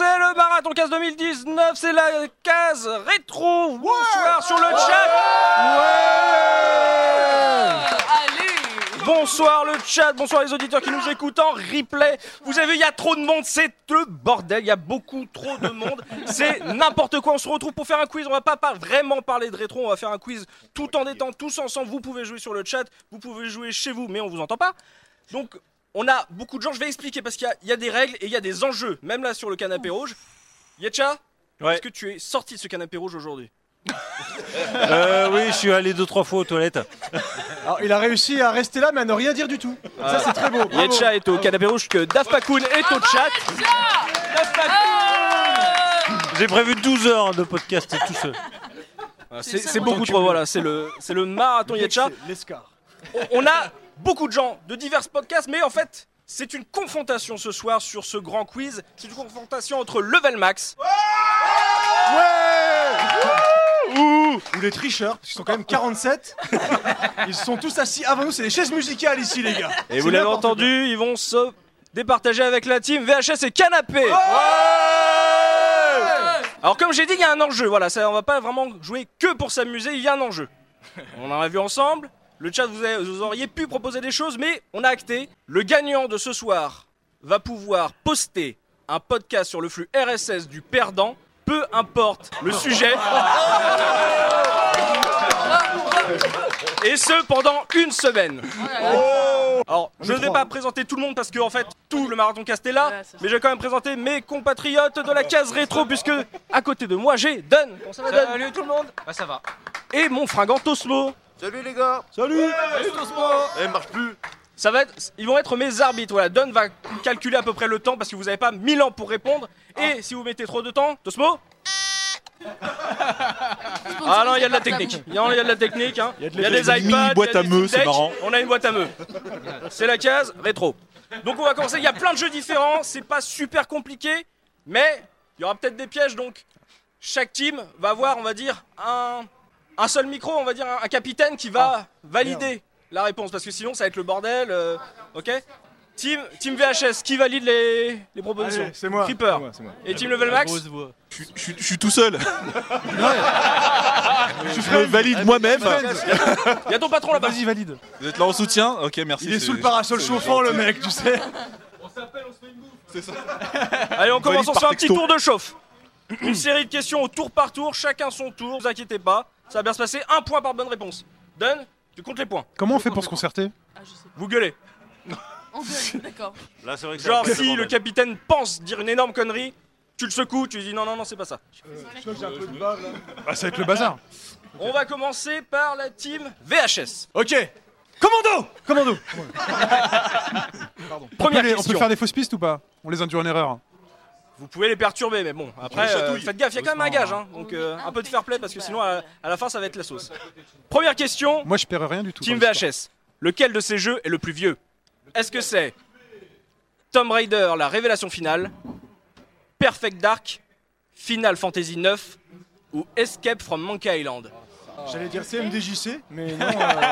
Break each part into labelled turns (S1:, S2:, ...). S1: carton case 2019, c'est la case rétro. Bonsoir sur le chat. Ouais. Bonsoir le chat, bonsoir les auditeurs qui nous écoutent en replay. Vous avez vu, il y a trop de monde, c'est le bordel, il y a beaucoup trop de monde. C'est n'importe quoi, on se retrouve pour faire un quiz, on va pas, par- vraiment parler de rétro, on va faire un quiz tout en étant tous ensemble. Vous pouvez jouer sur le chat, vous pouvez jouer chez vous, mais on vous entend pas. Donc on a beaucoup de gens, je vais expliquer parce qu'il y a- il y, a des règles et il y a des enjeux, même là sur le canapé rouge. Yetcha
S2: Ouais.
S1: Est-ce que tu es sorti de ce canapé rouge aujourd'hui
S2: Euh, oui, je suis allé deux, trois fois aux toilettes.
S3: Alors, Ah, il a réussi à rester là, mais à ne rien dire du tout. Ça, c'est très beau. bravo.
S1: Yetcha est au canapé rouge que Daft Pakoun est au chat. Daft Pakoun
S2: J'ai prévu 12 heures de podcast tout seul.
S1: Ah, C'est c'est beaucoup trop, voilà, c'est le, c'est le marathon Yetcha.
S3: C'est L'escar.
S1: On a beaucoup de gens de divers podcasts, mais en fait, c'est une confrontation ce soir sur ce grand quiz. C'est une confrontation entre Level Max,
S3: Ou les tricheurs, parce qu'ils sont quand même 47. Ils sont tous assis avant nous, c'est des chaises musicales ici, les gars.
S1: et
S3: C'est
S1: vous l'avez
S3: n'importe
S1: entendu, ils vont se départager avec la team VHS et Canapé. Alors comme j'ai dit, il y a un enjeu, voilà, ça, on va pas vraiment jouer que pour s'amuser, il y a un enjeu. On en a vu ensemble, le chat vous, a- vous auriez pu proposer des choses, mais on a acté. Le gagnant de ce soir va pouvoir poster un podcast sur le flux RSS du perdant, peu importe le sujet. Et ce pendant une semaine. Alors, je ne vais
S4: hein.
S1: pas présenter tout le monde parce que en fait tout le marathon cast est là,
S5: Ouais, c'est ça.
S1: mais je vais quand même présenter mes compatriotes de la case rétro puisque à côté de moi j'ai Don.
S4: Salut tout le monde Bah ça va.
S1: et mon fringant Osmo.
S6: Salut les gars
S3: Salut
S6: Eh, marche plus
S1: Ça va être, ils vont être mes arbitres. Voilà, Don va calculer à peu près le temps parce que vous n'avez pas 1000 ans pour répondre.
S4: Ah.
S1: Et si vous mettez trop de temps, Tosmo Ah non, il y a de la technique. Il y a il y a de la technique. hein. Il y a, des
S2: la-
S1: iPads.
S2: une mini
S1: il y a
S2: boîte à
S1: des
S2: meux,
S1: Steam Deck.
S2: c'est marrant.
S1: On a une boîte à meux. C'est la case rétro. Donc on va commencer. Il y a plein de jeux différents. C'est pas super compliqué, mais il y aura peut-être des pièges. Donc chaque team va avoir, on va dire, un, un seul micro, on va dire, un, un capitaine qui
S3: Ah,
S1: va valider la réponse. Parce que sinon, ça va être le bordel. euh, ok team, team VHS, qui valide les, les propositions
S3: Allez, C'est moi.
S1: Creeper.
S3: C'est moi, c'est moi.
S1: Et Team Level Max
S7: Je suis tout seul. Je me valide moi-même.
S1: Il y a ton patron là-bas.
S3: Vas-y, valide.
S7: Vous Ah, êtes là en soutien Ok, merci.
S3: Il est
S7: c'est-
S3: sous le parasol
S7: c'est
S3: chauffant,
S7: gentil.
S3: le mec, tu sais.
S1: Allez, on commence, on
S7: par
S1: fait un petit
S7: texto.
S1: tour de chauffe. Une série de questions au tour par tour, chacun son tour, vous inquiétez pas, ça va bien se passer, un point par bonne réponse. Don, tu comptes les points,
S8: Comment on fait pour se concerter
S5: Ah, je sais.
S1: vous gueulez.
S5: En gueule, d'accord.
S2: Là, c'est vrai que ça va
S1: Genre
S2: pas être
S1: si le
S2: bordel.
S1: capitaine pense dire une énorme connerie, tu le secoues, tu dis non, non, non, c'est pas ça.
S8: Bah, ça va être le bazar.
S1: On va commencer par la team VHS.
S3: Ok. Commando Commando
S8: On peut,
S1: Première
S8: les- on peut
S1: question.
S8: faire des fausses pistes ou pas On les induit en erreur.
S1: Vous pouvez les perturber, mais bon, après,
S7: les
S1: euh,
S7: chatouille.
S1: faites gaffe, il y a quand même un gage, hein, donc euh, un peu de fair play parce que sinon à, à la fin ça va être la sauce. Première question,
S8: Moi, je perds rien du tout.
S1: Team
S8: dans l'histoire.
S1: VHS, lequel de ces jeux est le plus vieux Est-ce que c'est Tomb Raider, la révélation finale, Perfect Dark, Final Fantasy IX ou Escape from Monkey Island
S3: J'allais dire CMDJC, mais non, euh,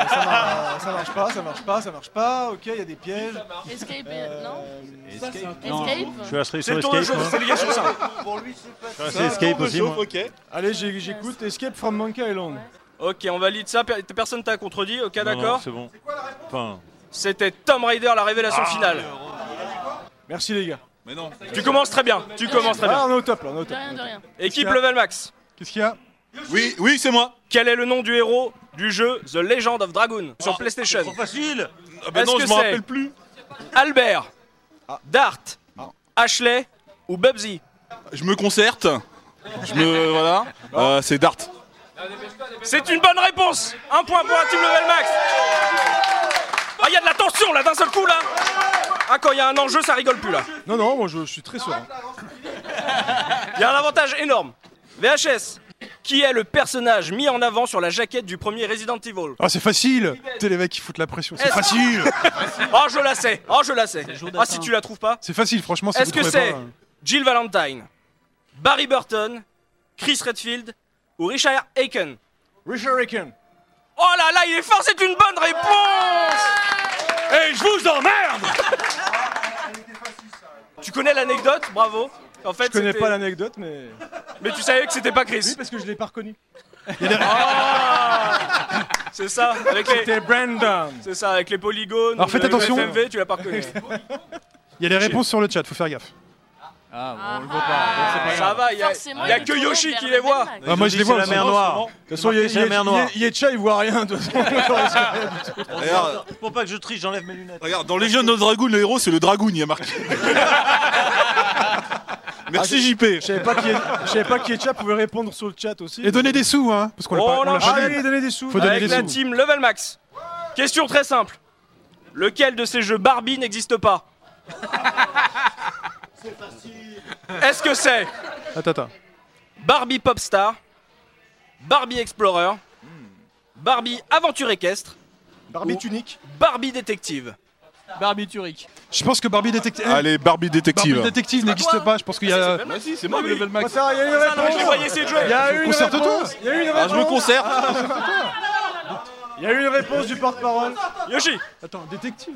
S3: ça, mar- ça marche pas, ça marche pas, ça marche pas. Ok, il y a des pièges.
S5: Escape,
S3: Euh,
S5: euh, non
S3: ça, c'est un peu-
S2: Non. Je
S5: Escape
S2: suis resté
S1: C'est
S2: sur
S1: le tour de jeu,
S2: Escape. hein. moi.
S1: c'est les gars sur ça.
S2: Je suis resté Escape aussi. moi.
S3: Allez, j'ai- j'écoute Escape from Monkey Island.
S1: Ok, on valide ça, per- personne t'a contredit, ok
S2: Non, non,
S1: d'accord
S2: C'est bon. Enfin,
S1: C'était Tomb Raider, la révélation
S2: Ah,
S1: finale.
S3: Merci les gars.
S7: Mais non.
S1: Tu commences très bien, tu commences très bien.
S3: Ah, on est au top là, on est au
S5: De
S3: top.
S5: rien, de rien.
S1: Équipe Level Max,
S8: Qu'est-ce qu'il y a
S7: Oui, oui, c'est moi.
S1: quel est le nom du héros du jeu The Legend of Dragoon
S2: Ah,
S1: sur PlayStation
S2: facile.
S7: Ah bah
S1: Est-ce
S7: non,
S1: que
S7: je m'en
S1: c'est
S7: rappelle plus.
S1: Albert, Dart, Ashley ou Bubsy
S7: Je me concerte. Je me. Voilà. Euh, c'est Dart.
S1: C'est une bonne réponse Un point pour un team level max Ah, il y a de la tension là d'un seul coup là Ah, quand il y a un enjeu, ça rigole plus là
S3: Non, non, moi je, je suis très sûr.
S1: Il y a un avantage énorme VHS Qui est le personnage mis en avant sur la jaquette du premier Resident Evil
S8: Ah, c'est facile T'es les mecs qui foutent la pression. C'est
S1: Est-ce-
S8: facile
S1: Oh, je la sais Oh, je la sais Ah, si tu la trouves pas
S8: C'est facile, franchement. Si
S1: Est-ce
S8: vous
S1: que
S8: trouvez
S1: c'est
S8: pas, euh,
S1: Jill Valentine, Barry Burton, Chris Redfield ou Richard Aiken
S3: Richard Aiken.
S1: Oh là là, il est fort, c'est une bonne réponse Et je vous emmerde Tu connais l'anecdote, bravo. En fait,
S3: Je connais
S1: c'était-
S3: pas l'anecdote, mais.
S1: Mais tu savais que c'était pas Chris.
S3: Oui, parce que je l'ai pas reconnu.
S1: Ah c'est ça, avec les,
S3: C'était Brandon.
S1: c'est ça, avec les polygones. euh,
S8: Alors, faites
S1: le
S8: attention.
S1: FMV, tu l'as pas reconnu.
S8: Il y a les réponses sur le chat, faut faire gaffe.
S5: Ah,
S1: ça va, il y a,
S5: Forcément,
S1: y a
S5: il est
S1: que
S5: tourné
S1: Yoshi
S5: vers
S1: qui
S5: le
S1: les
S5: même
S1: voit.
S5: axe.
S8: Ah, moi, je les vois
S2: C'est la
S8: aussi.
S2: mer noire.
S3: De toute façon,
S2: Marqué,
S3: Ye-
S2: c'est la
S3: Ye-
S2: mer Noire.
S3: Ye- Yetcha, il voit rien. De toute façon.
S7: Regarde,
S2: Pour pas que je triche, j'enlève mes lunettes.
S7: regarde, dans Légion de Dragoon, le héros, c'est le dragoon, il y a marqué. Merci JP.
S3: Je savais pas qui je savais pas qu'Yetcha pouvait répondre sur le chat aussi.
S8: Et donnez des sous, hein, parce qu'on l'a
S1: Oh
S8: pas- on
S1: là
S8: l'a
S1: là.
S8: pas. dit.
S3: Allez, donnez des sous.
S8: Faut donner
S1: Avec
S8: des
S1: la
S8: sous.
S1: team Level Max. Question très simple. Lequel de ces jeux Barbie n'existe pas C'est facile. Est-ce que c'est
S8: Attends, attends.
S1: Barbie Popstar, Barbie Explorer, Barbie Aventure Équestre,
S3: Barbie tunique.
S1: Barbie Détective
S4: Barbiturique.
S8: Je pense que Barbie Détective.
S7: Allez, Barbie détective.
S8: Barbie Détective n'existe pas. Je pense qu'il y a.
S7: Bah si, c'est moi.
S1: Oui,
S7: le level max.
S3: Attends, il y a une
S1: Ah non, mais je les
S3: réponse.
S1: voyais essayer de
S3: Il y
S1: jouer.
S3: a une
S8: Concerte-toi.
S3: réponse. Il y a une
S7: Ah, je me
S3: réponse.
S7: concerte.
S3: Il y a une réponse du porte-parole.
S1: Yoshi,
S8: Attends, détective.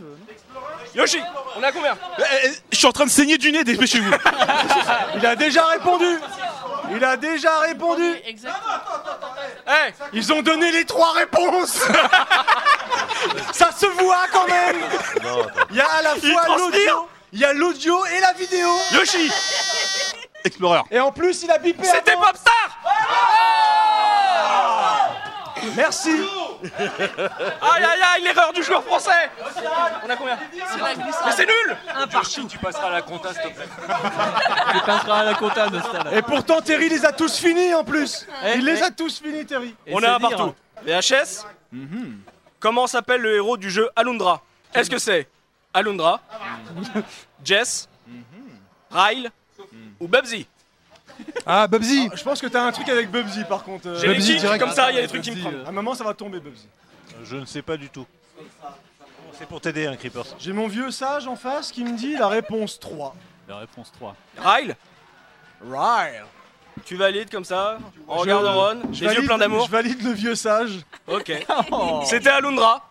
S1: Yoshi, on a combien
S7: Eh, eh, Je suis en train de saigner du nez, dépêchez-vous.
S3: Il a déjà répondu. Il a déjà répondu.
S5: Oui, Exactement.
S1: Eh,
S3: Ils ont donné les trois réponses Ça se voit quand même Il y a à la fois
S1: transpire.
S3: l'audio, il y a l'audio et la vidéo
S1: Yoshi,
S7: Explorer.
S3: Et en plus, il a bipé
S1: c'était
S3: avant.
S1: Popstar
S3: Merci
S1: Aïe aïe aïe, l'erreur du joueur français On a combien
S5: C'est la
S1: Mais
S5: glissade.
S1: c'est nul
S4: Tu passeras à la compta de ce stade.
S3: Et pourtant, Terry les a tous finis en plus Il les a tous finis, Terry
S1: On a un partout.
S3: hein.
S1: VHS
S3: Mhm.
S1: Comment s'appelle le héros du jeu Alundra Est-ce que c'est Alundra, Jess,
S3: Mhm.
S1: Ryle ou Babsy
S8: Ah, Babsy.
S3: Je pense que t'as un truc avec Bubsy par contre. euh,
S1: J'ai les
S8: Babsy
S1: tics,
S8: direct.
S1: comme ça, il y a des trucs qui me prennent.
S3: À un moment, ça va tomber, Bubsy.
S2: Euh, Je ne sais pas du tout. C'est pour t'aider, un Creepers.
S3: J'ai mon vieux sage en face qui me dit la réponse 3.
S2: La réponse 3.
S1: Ryle,
S3: Right.
S1: tu valides comme ça, en regardant Ron, les yeux pleins d'amour.
S3: Je valide le vieux sage.
S1: Ok. C'était Alundra.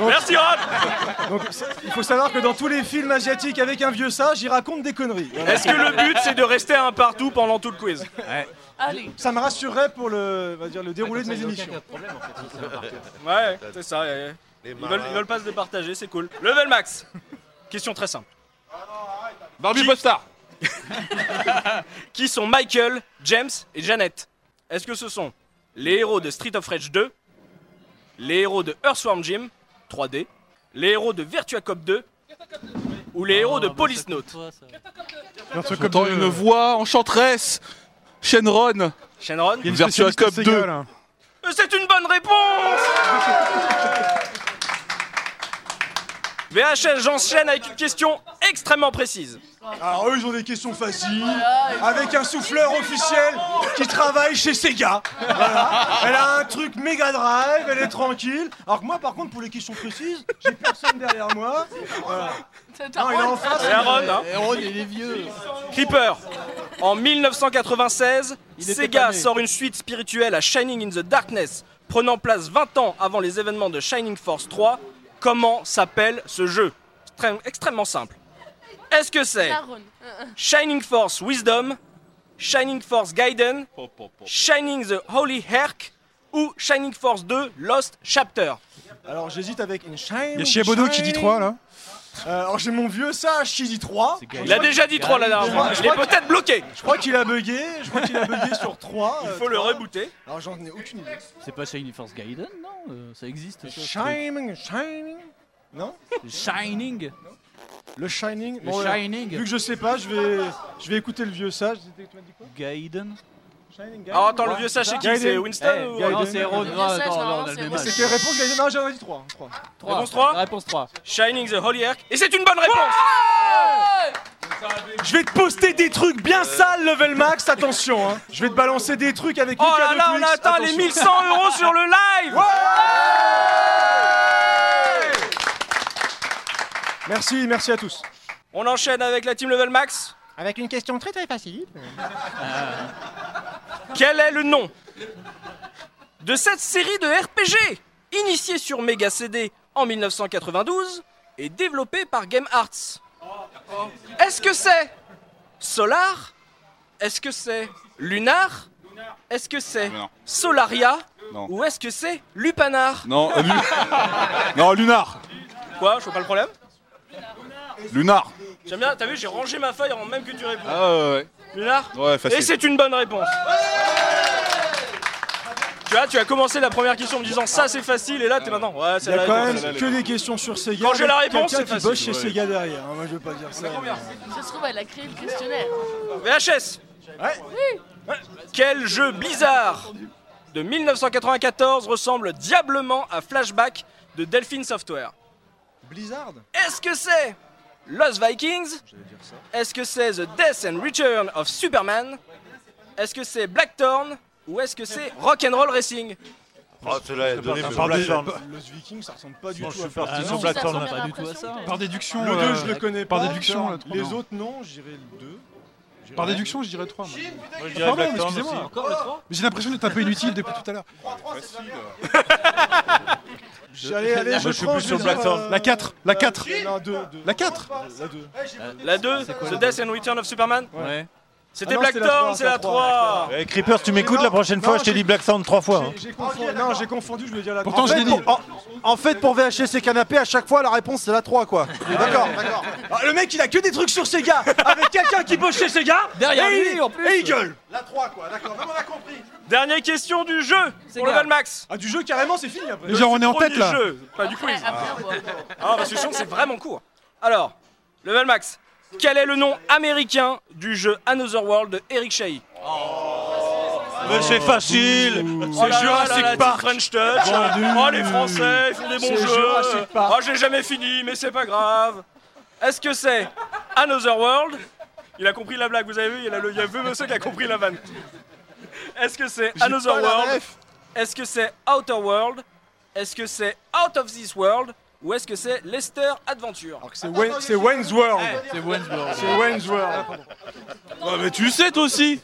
S1: Merci Ron
S3: Donc, ça- il faut savoir que dans tous les films asiatiques avec un vieux sage, il raconte des conneries. Voilà.
S1: Est-ce que le but c'est de rester à un partout pendant tout le quiz
S5: Allez.
S8: Eh.
S3: Ça me rassurerait pour le, on va dire, le déroulé de mes émissions.
S1: Ouais, c'est ça. ouais.
S6: Les
S1: Ils veulent, ils veulent pas se départager, c'est cool. Level max Question très simple.
S7: Barbie Popstar.
S1: qui sont Michael, James et Janet. Est-ce que ce sont les héros de Street of Rage 2, les héros de Earthworm Jim 3D, les héros de Virtua Cop 2 ou les héros de Police Note
S8: Un truc comme
S7: J'entends
S8: ça,
S7: une
S8: euh,
S7: voix enchanteresse. Shenron.
S1: Shenron
S8: il y a une
S7: Virtua
S8: spécialiste de
S7: Cop
S8: Sega,
S7: 2.
S8: là.
S1: Euh, C'est une bonne réponse VHS, j'enchaîne avec une question extrêmement précise.
S3: Alors Ah, eux, ils ont des questions faciles, avec un souffleur officiel qui travaille chez Sega. Voilà. Elle a un truc méga drive, elle est tranquille. Alors que moi, par contre, pour les questions précises, j'ai personne derrière moi. Non, il est en face.
S1: Et Aaron, hein.
S4: Eh, Aaron, il est vieux.
S1: Creeper. En 1996,
S4: Il était pas
S1: Sega
S4: né.
S1: sort une suite spirituelle à Shining in the Darkness, prenant place 20 ans avant les événements de Shining Force 3. Comment s'appelle ce jeu Très- Extrêmement simple. Est-ce que c'est
S5: Aaron.
S4: Oh,
S1: Shining Force Wisdom, Shining Force Gaiden, Shining the Holy Herc ou Shining Force 2 Lost Chapter
S3: Alors j'hésite avec une shine.
S8: Il y a Chiabodo qui dit 3 là.
S3: alors j'ai mon vieux sage qui dit 3.
S1: Il a déjà dit 3 la dernière fois.
S3: Je
S1: Il est
S3: crois que-
S1: peut-être bloqué.
S3: Je crois qu'il a bugué, je crois qu'il a bugué sur euh, 3.
S1: Il faut le rebooter.
S3: Alors j'en ai aucune idée.
S4: C'est pas Shining Force Gaiden, non Euh, Ça existe ça, ce
S3: Shining, Shining. Non
S4: truc. Shining
S3: Le Shining.
S4: Le
S3: Bon, ouais. Vu
S4: Shining
S3: que je sais pas, je vais, je vais écouter le vieux sage. Tu m'as dit quoi
S4: Gaiden
S3: Shining Guy
S1: Alors attends, le vieux sachet qui
S3: Gaiden. Eh,
S1: C'est Winston ou-
S3: Gaiden.
S4: Non, c'est Aaron.
S5: Le
S4: Non,
S5: message,
S4: attends,
S5: normalement,
S4: non, on a
S5: c'est
S4: le même
S5: Aaron.
S3: C'est
S4: âge.
S3: quelle réponse Gaiden Non, j'en ai dit hein, 3.
S4: Trois.
S1: Réponse trois
S4: Réponse 3.
S1: Shining the Holy Herc et c'est une bonne réponse.
S3: Je vais te poster des trucs bien sales, level max, attention. Hein. Je vais te balancer des trucs avec
S1: Oh
S3: Mika
S1: là
S3: de
S1: là, on
S3: Twix,
S1: a atteint les
S3: attention.
S1: 1100 euros sur le live.
S3: Merci, merci à tous.
S1: On enchaîne avec la team Level Max. Euh,
S9: Avec une question très très facile.
S1: Quel est le nom de cette série de RPG initiée sur Mega CD en 1992 et développée par Game Arts Est-ce que c'est Solar Est-ce que c'est Lunar Est-ce que c'est
S7: Non.
S1: Solaria
S7: Non.
S1: Ou est-ce que c'est Lupanar
S7: Non, euh, Lu- non, Lunar.
S1: Quoi Je vois pas le problème
S7: Lunar.
S1: J'aime bien, t'as vu, j'ai rangé ma feuille avant même que tu répondes.
S7: Ah ouais,
S1: Lunar
S7: ouais. Ouais,
S1: Et
S7: facile.
S1: c'est une bonne réponse. Tu vois, tu as commencé la première question en me disant ça c'est facile et là t'es maintenant. Ouais,
S3: Il
S1: c'est
S3: y
S1: la
S3: a quand
S1: réponse.
S3: même que des questions sur Sega.
S1: Quand j'ai la
S3: avec
S1: réponse, c'est
S3: quelqu'un qui
S1: facile,
S3: bosse chez
S7: ouais.
S3: Sega derrière. hein, Moi, je veux pas dire ça.
S10: Ça se trouve, elle a créé le questionnaire.
S1: VHS
S3: Ouais.
S1: Ouais. Quel jeu Blizzard de 1994 ressemble diablement à Flashback de Delphine Software
S3: Blizzard
S1: Est-ce que c'est Lost Vikings Est-ce que c'est The Death and Return of Superman Est-ce que c'est Blackthorn Ou est-ce que c'est Rock'n'Roll Racing
S6: Oh, cela est donné
S2: pas
S6: mais-
S2: par des-
S3: Los Vikings, ça ressemble pas du
S2: Bon,
S3: tout
S2: je
S3: à
S2: suis parti
S4: Ah
S2: sur
S4: non,
S2: plateforme.
S10: ça
S4: pas
S10: ressemble
S4: du tout
S10: à
S4: à ça.
S10: l'impression.
S8: Par déduction.
S3: Le
S8: euh,
S3: 2, je le connais
S8: par
S3: pas.
S8: déduction, le trois,
S3: Les
S8: non.
S3: autres, non, j'irai le 2.
S8: Par déduction, je dirais 3.
S2: Moi, je dirais
S8: Pardon,
S2: Blackthorn aussi.
S8: excusez-moi. Mais J'ai l'impression d'être un peu inutile depuis tout à l'heure.
S3: J'allais aller, je
S2: je suis plus sur Blackthorn.
S3: Blackthorn.
S8: La 4, la 4,
S3: Euh, Non, 2, 2.
S8: la 4.
S3: La 2.
S1: La 2, The Death and Return of Superman
S4: Ouais.
S1: C'était
S3: Ah non, c'était la
S1: Blackthorn,
S3: trois,
S1: c'est la
S3: c'est la
S1: 3
S2: Eh, Creepers, tu m'écoutes la prochaine fois,
S3: Non,
S2: je t'ai
S3: j'ai-
S2: dit Blackthorn trois fois. hein.
S3: J'ai
S4: Ah,
S3: confondu. Non, j'ai confondu, je voulais dire la
S8: Pourtant,
S3: trois.
S8: je l'ai dit.
S11: En, en fait, pour VHS et canapé, à chaque fois, la réponse c'est la 3, quoi. D'accord, d'accord.
S3: Ah, le mec, il a que des trucs sur Sega. Avec quelqu'un qui bosse chez Sega.
S4: Derrière
S3: et
S4: lui,
S3: il-
S4: en plus.
S3: Et il gueule.
S11: La 3, quoi, d'accord. Même on a compris.
S1: Dernière question du jeu pour
S4: grave.
S1: Level Max
S3: Ah, du jeu, carrément, c'est fini après.
S8: Mais genre, on est en tête
S1: Premier
S8: là.
S1: jeu, pas du
S10: Après,
S1: quiz.
S10: après, on voit.
S1: Ah, parce que je sens que c'est vraiment court. Alors, level max. Quel est le nom américain du jeu Another World de Eric Chahi
S2: Mais c'est
S7: Oh
S2: facile.
S1: C'est Jurassic Park French Touch. Oh les Français, ils font des bons
S3: C'est
S1: jeux.
S3: Jurassic Park.
S1: Oh, j'ai jamais fini, mais c'est pas grave. Est-ce que c'est Another World Il a compris la blague, vous avez vu, il a le il y a un vieux monsieur qui a compris la vanne. Est-ce que c'est Another
S11: pas la
S1: World
S11: ref.
S1: Est-ce que c'est Outer World Est-ce que c'est Out of This World Ou est-ce que c'est Lester Adventure
S3: Alors que c'est Wayne- c'est Wayne's World.
S4: C'est Wensburg.
S3: C'est Wayne's World.
S7: Ouais, mais tu le sais toi aussi.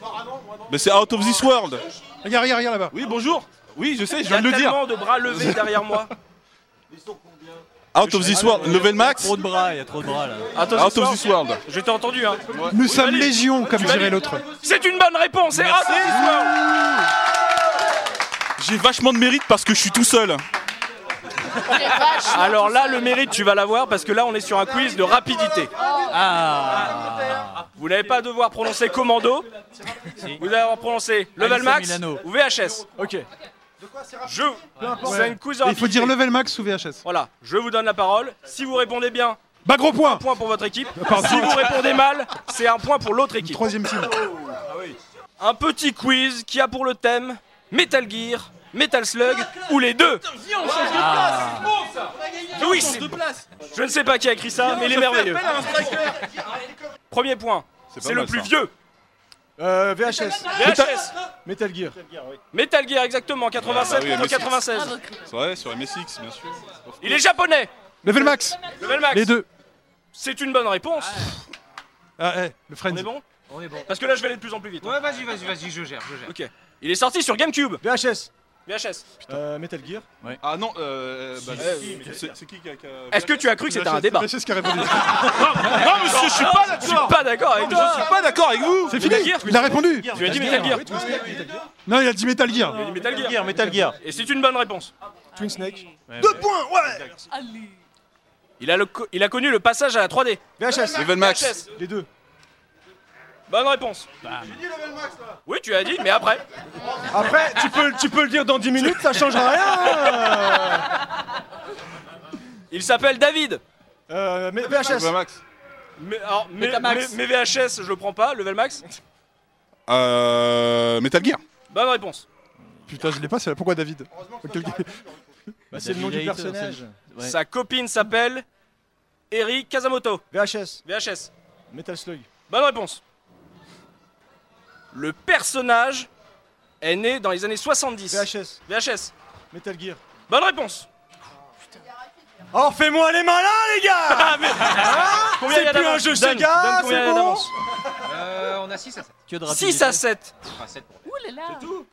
S7: Mais c'est Out of This World.
S8: Regarde, regarde, regarde là-bas.
S7: Oui, bonjour. Oui, je sais, je
S1: Il y
S7: viens
S1: a
S7: de le dire.
S1: tellement de bras levés derrière moi.
S7: Out of This
S4: Ah,
S7: World, level max.
S4: Trop de bras, il y a trop de bras là.
S7: Out of This World.
S1: Je t'ai entendu, hein.
S8: Nous sommes
S1: valide.
S8: légion, comme
S1: Tu
S8: dirait
S1: valides.
S8: l'autre.
S1: C'est une bonne réponse, c'est Out of This World.
S7: J'ai vachement de mérite parce que je suis tout seul.
S10: C'est vache.
S1: Alors là, le mérite, tu vas l'avoir parce que là, on est sur un quiz de rapidité.
S4: Ah
S1: Vous n'allez pas devoir prononcer commando. Vous allez devoir prononcer level
S4: Alissa
S1: max
S4: Milano.
S1: ou VHS.
S3: Ok.
S1: Je. C'est une quiz
S8: Il faut
S1: de rapidité.
S8: dire level max ou VHS.
S1: Voilà, je vous donne la parole. Si vous répondez bien,
S8: Bah, gros point.
S1: point pour votre équipe. Si vous répondez mal, c'est un point pour l'autre équipe. Ah
S8: Troisième team.
S1: Un petit quiz qui a pour le thème Metal Gear, Metal Slug ou les deux. Oui, c'est bon. Je ne sais pas qui a écrit ça, mais il est merveilleux. Premier point, c'est le
S7: mal,
S1: plus
S7: ça.
S1: vieux.
S3: Euh, VHS.
S1: VHS,
S3: Metal Gear.
S1: Metal Gear exactement, 87
S7: Ah bah oui,
S1: contre
S7: mais c'est-
S1: 96.
S10: Bravo, Chris.
S7: C'est vrai, sur MSX, bien sûr.
S1: Il est japonais.
S8: Level max.
S1: Level max.
S8: Les deux.
S1: C'est une bonne réponse.
S8: Ah, eh, le
S1: On
S8: friend.
S1: est bon
S11: On est bon.
S1: Parce que là, je vais aller de plus en plus vite. hein.
S11: Ouais, vas-y, vas-y, vas-y, je gère, je gère.
S1: Ok. Il est sorti sur GameCube.
S3: VHS.
S1: VHS.
S3: Euh, Metal Gear.
S7: Ah non, euh. bah, c'est c'est qui qui a. qui a-
S1: Est-ce que tu as cru que c'était un débat
S8: VHS qui a répondu.
S7: Non, monsieur, je suis pas
S1: Je suis pas d'accord avec toi.
S7: pas d'accord avec vous.
S8: C'est fini. Il a répondu.
S1: Tu as dit Metal Gear.
S8: Non, il a dit Metal Gear.
S1: Tu as dit Metal Gear.
S2: Gear, Metal Gear.
S1: Et c'est une bonne réponse.
S3: Twin Snake.
S10: Allez.
S1: Il a, le co- il a connu le passage à la 3D.
S3: VHS.
S7: Level max.
S1: VHS.
S3: Les deux.
S1: Bonne réponse. Oui, tu as dit, mais après.
S3: Après, tu peux, tu peux le dire dans 10 minutes, ça changera rien. hein.
S1: Il s'appelle David.
S3: Euh, mais VHS.
S7: Level max.
S1: Mais, alors, mais,
S4: Betamax.
S1: mais- mais VHS, je le prends pas. Level max.
S7: Euh. Metal Gear.
S1: Bonne réponse.
S8: Putain, je l'ai pas, c'est là. Pourquoi David
S3: Bah, c'est le nom du personnage.
S4: Ouais.
S1: Sa copine s'appelle Eric Kazamoto.
S3: VHS.
S1: VHS.
S3: Metal Slug.
S1: Bonne réponse. Le personnage est né dans les années 70.
S3: VHS.
S1: VHS.
S3: Metal Gear.
S1: Bonne réponse.
S3: Oh, fais-moi les malins, les gars
S8: Ah,
S1: Combien il y a
S3: plus
S1: d'avance
S3: un jeu
S1: Donne,
S3: Sega,
S1: donne combien
S3: c'est
S1: il y a
S3: bon
S1: d'avance
S11: Euh, on a 6 à 7.
S4: Que de
S1: 6 à
S4: rapidité.
S1: 7.
S11: Enfin, 7 pour,
S10: Ouh là là.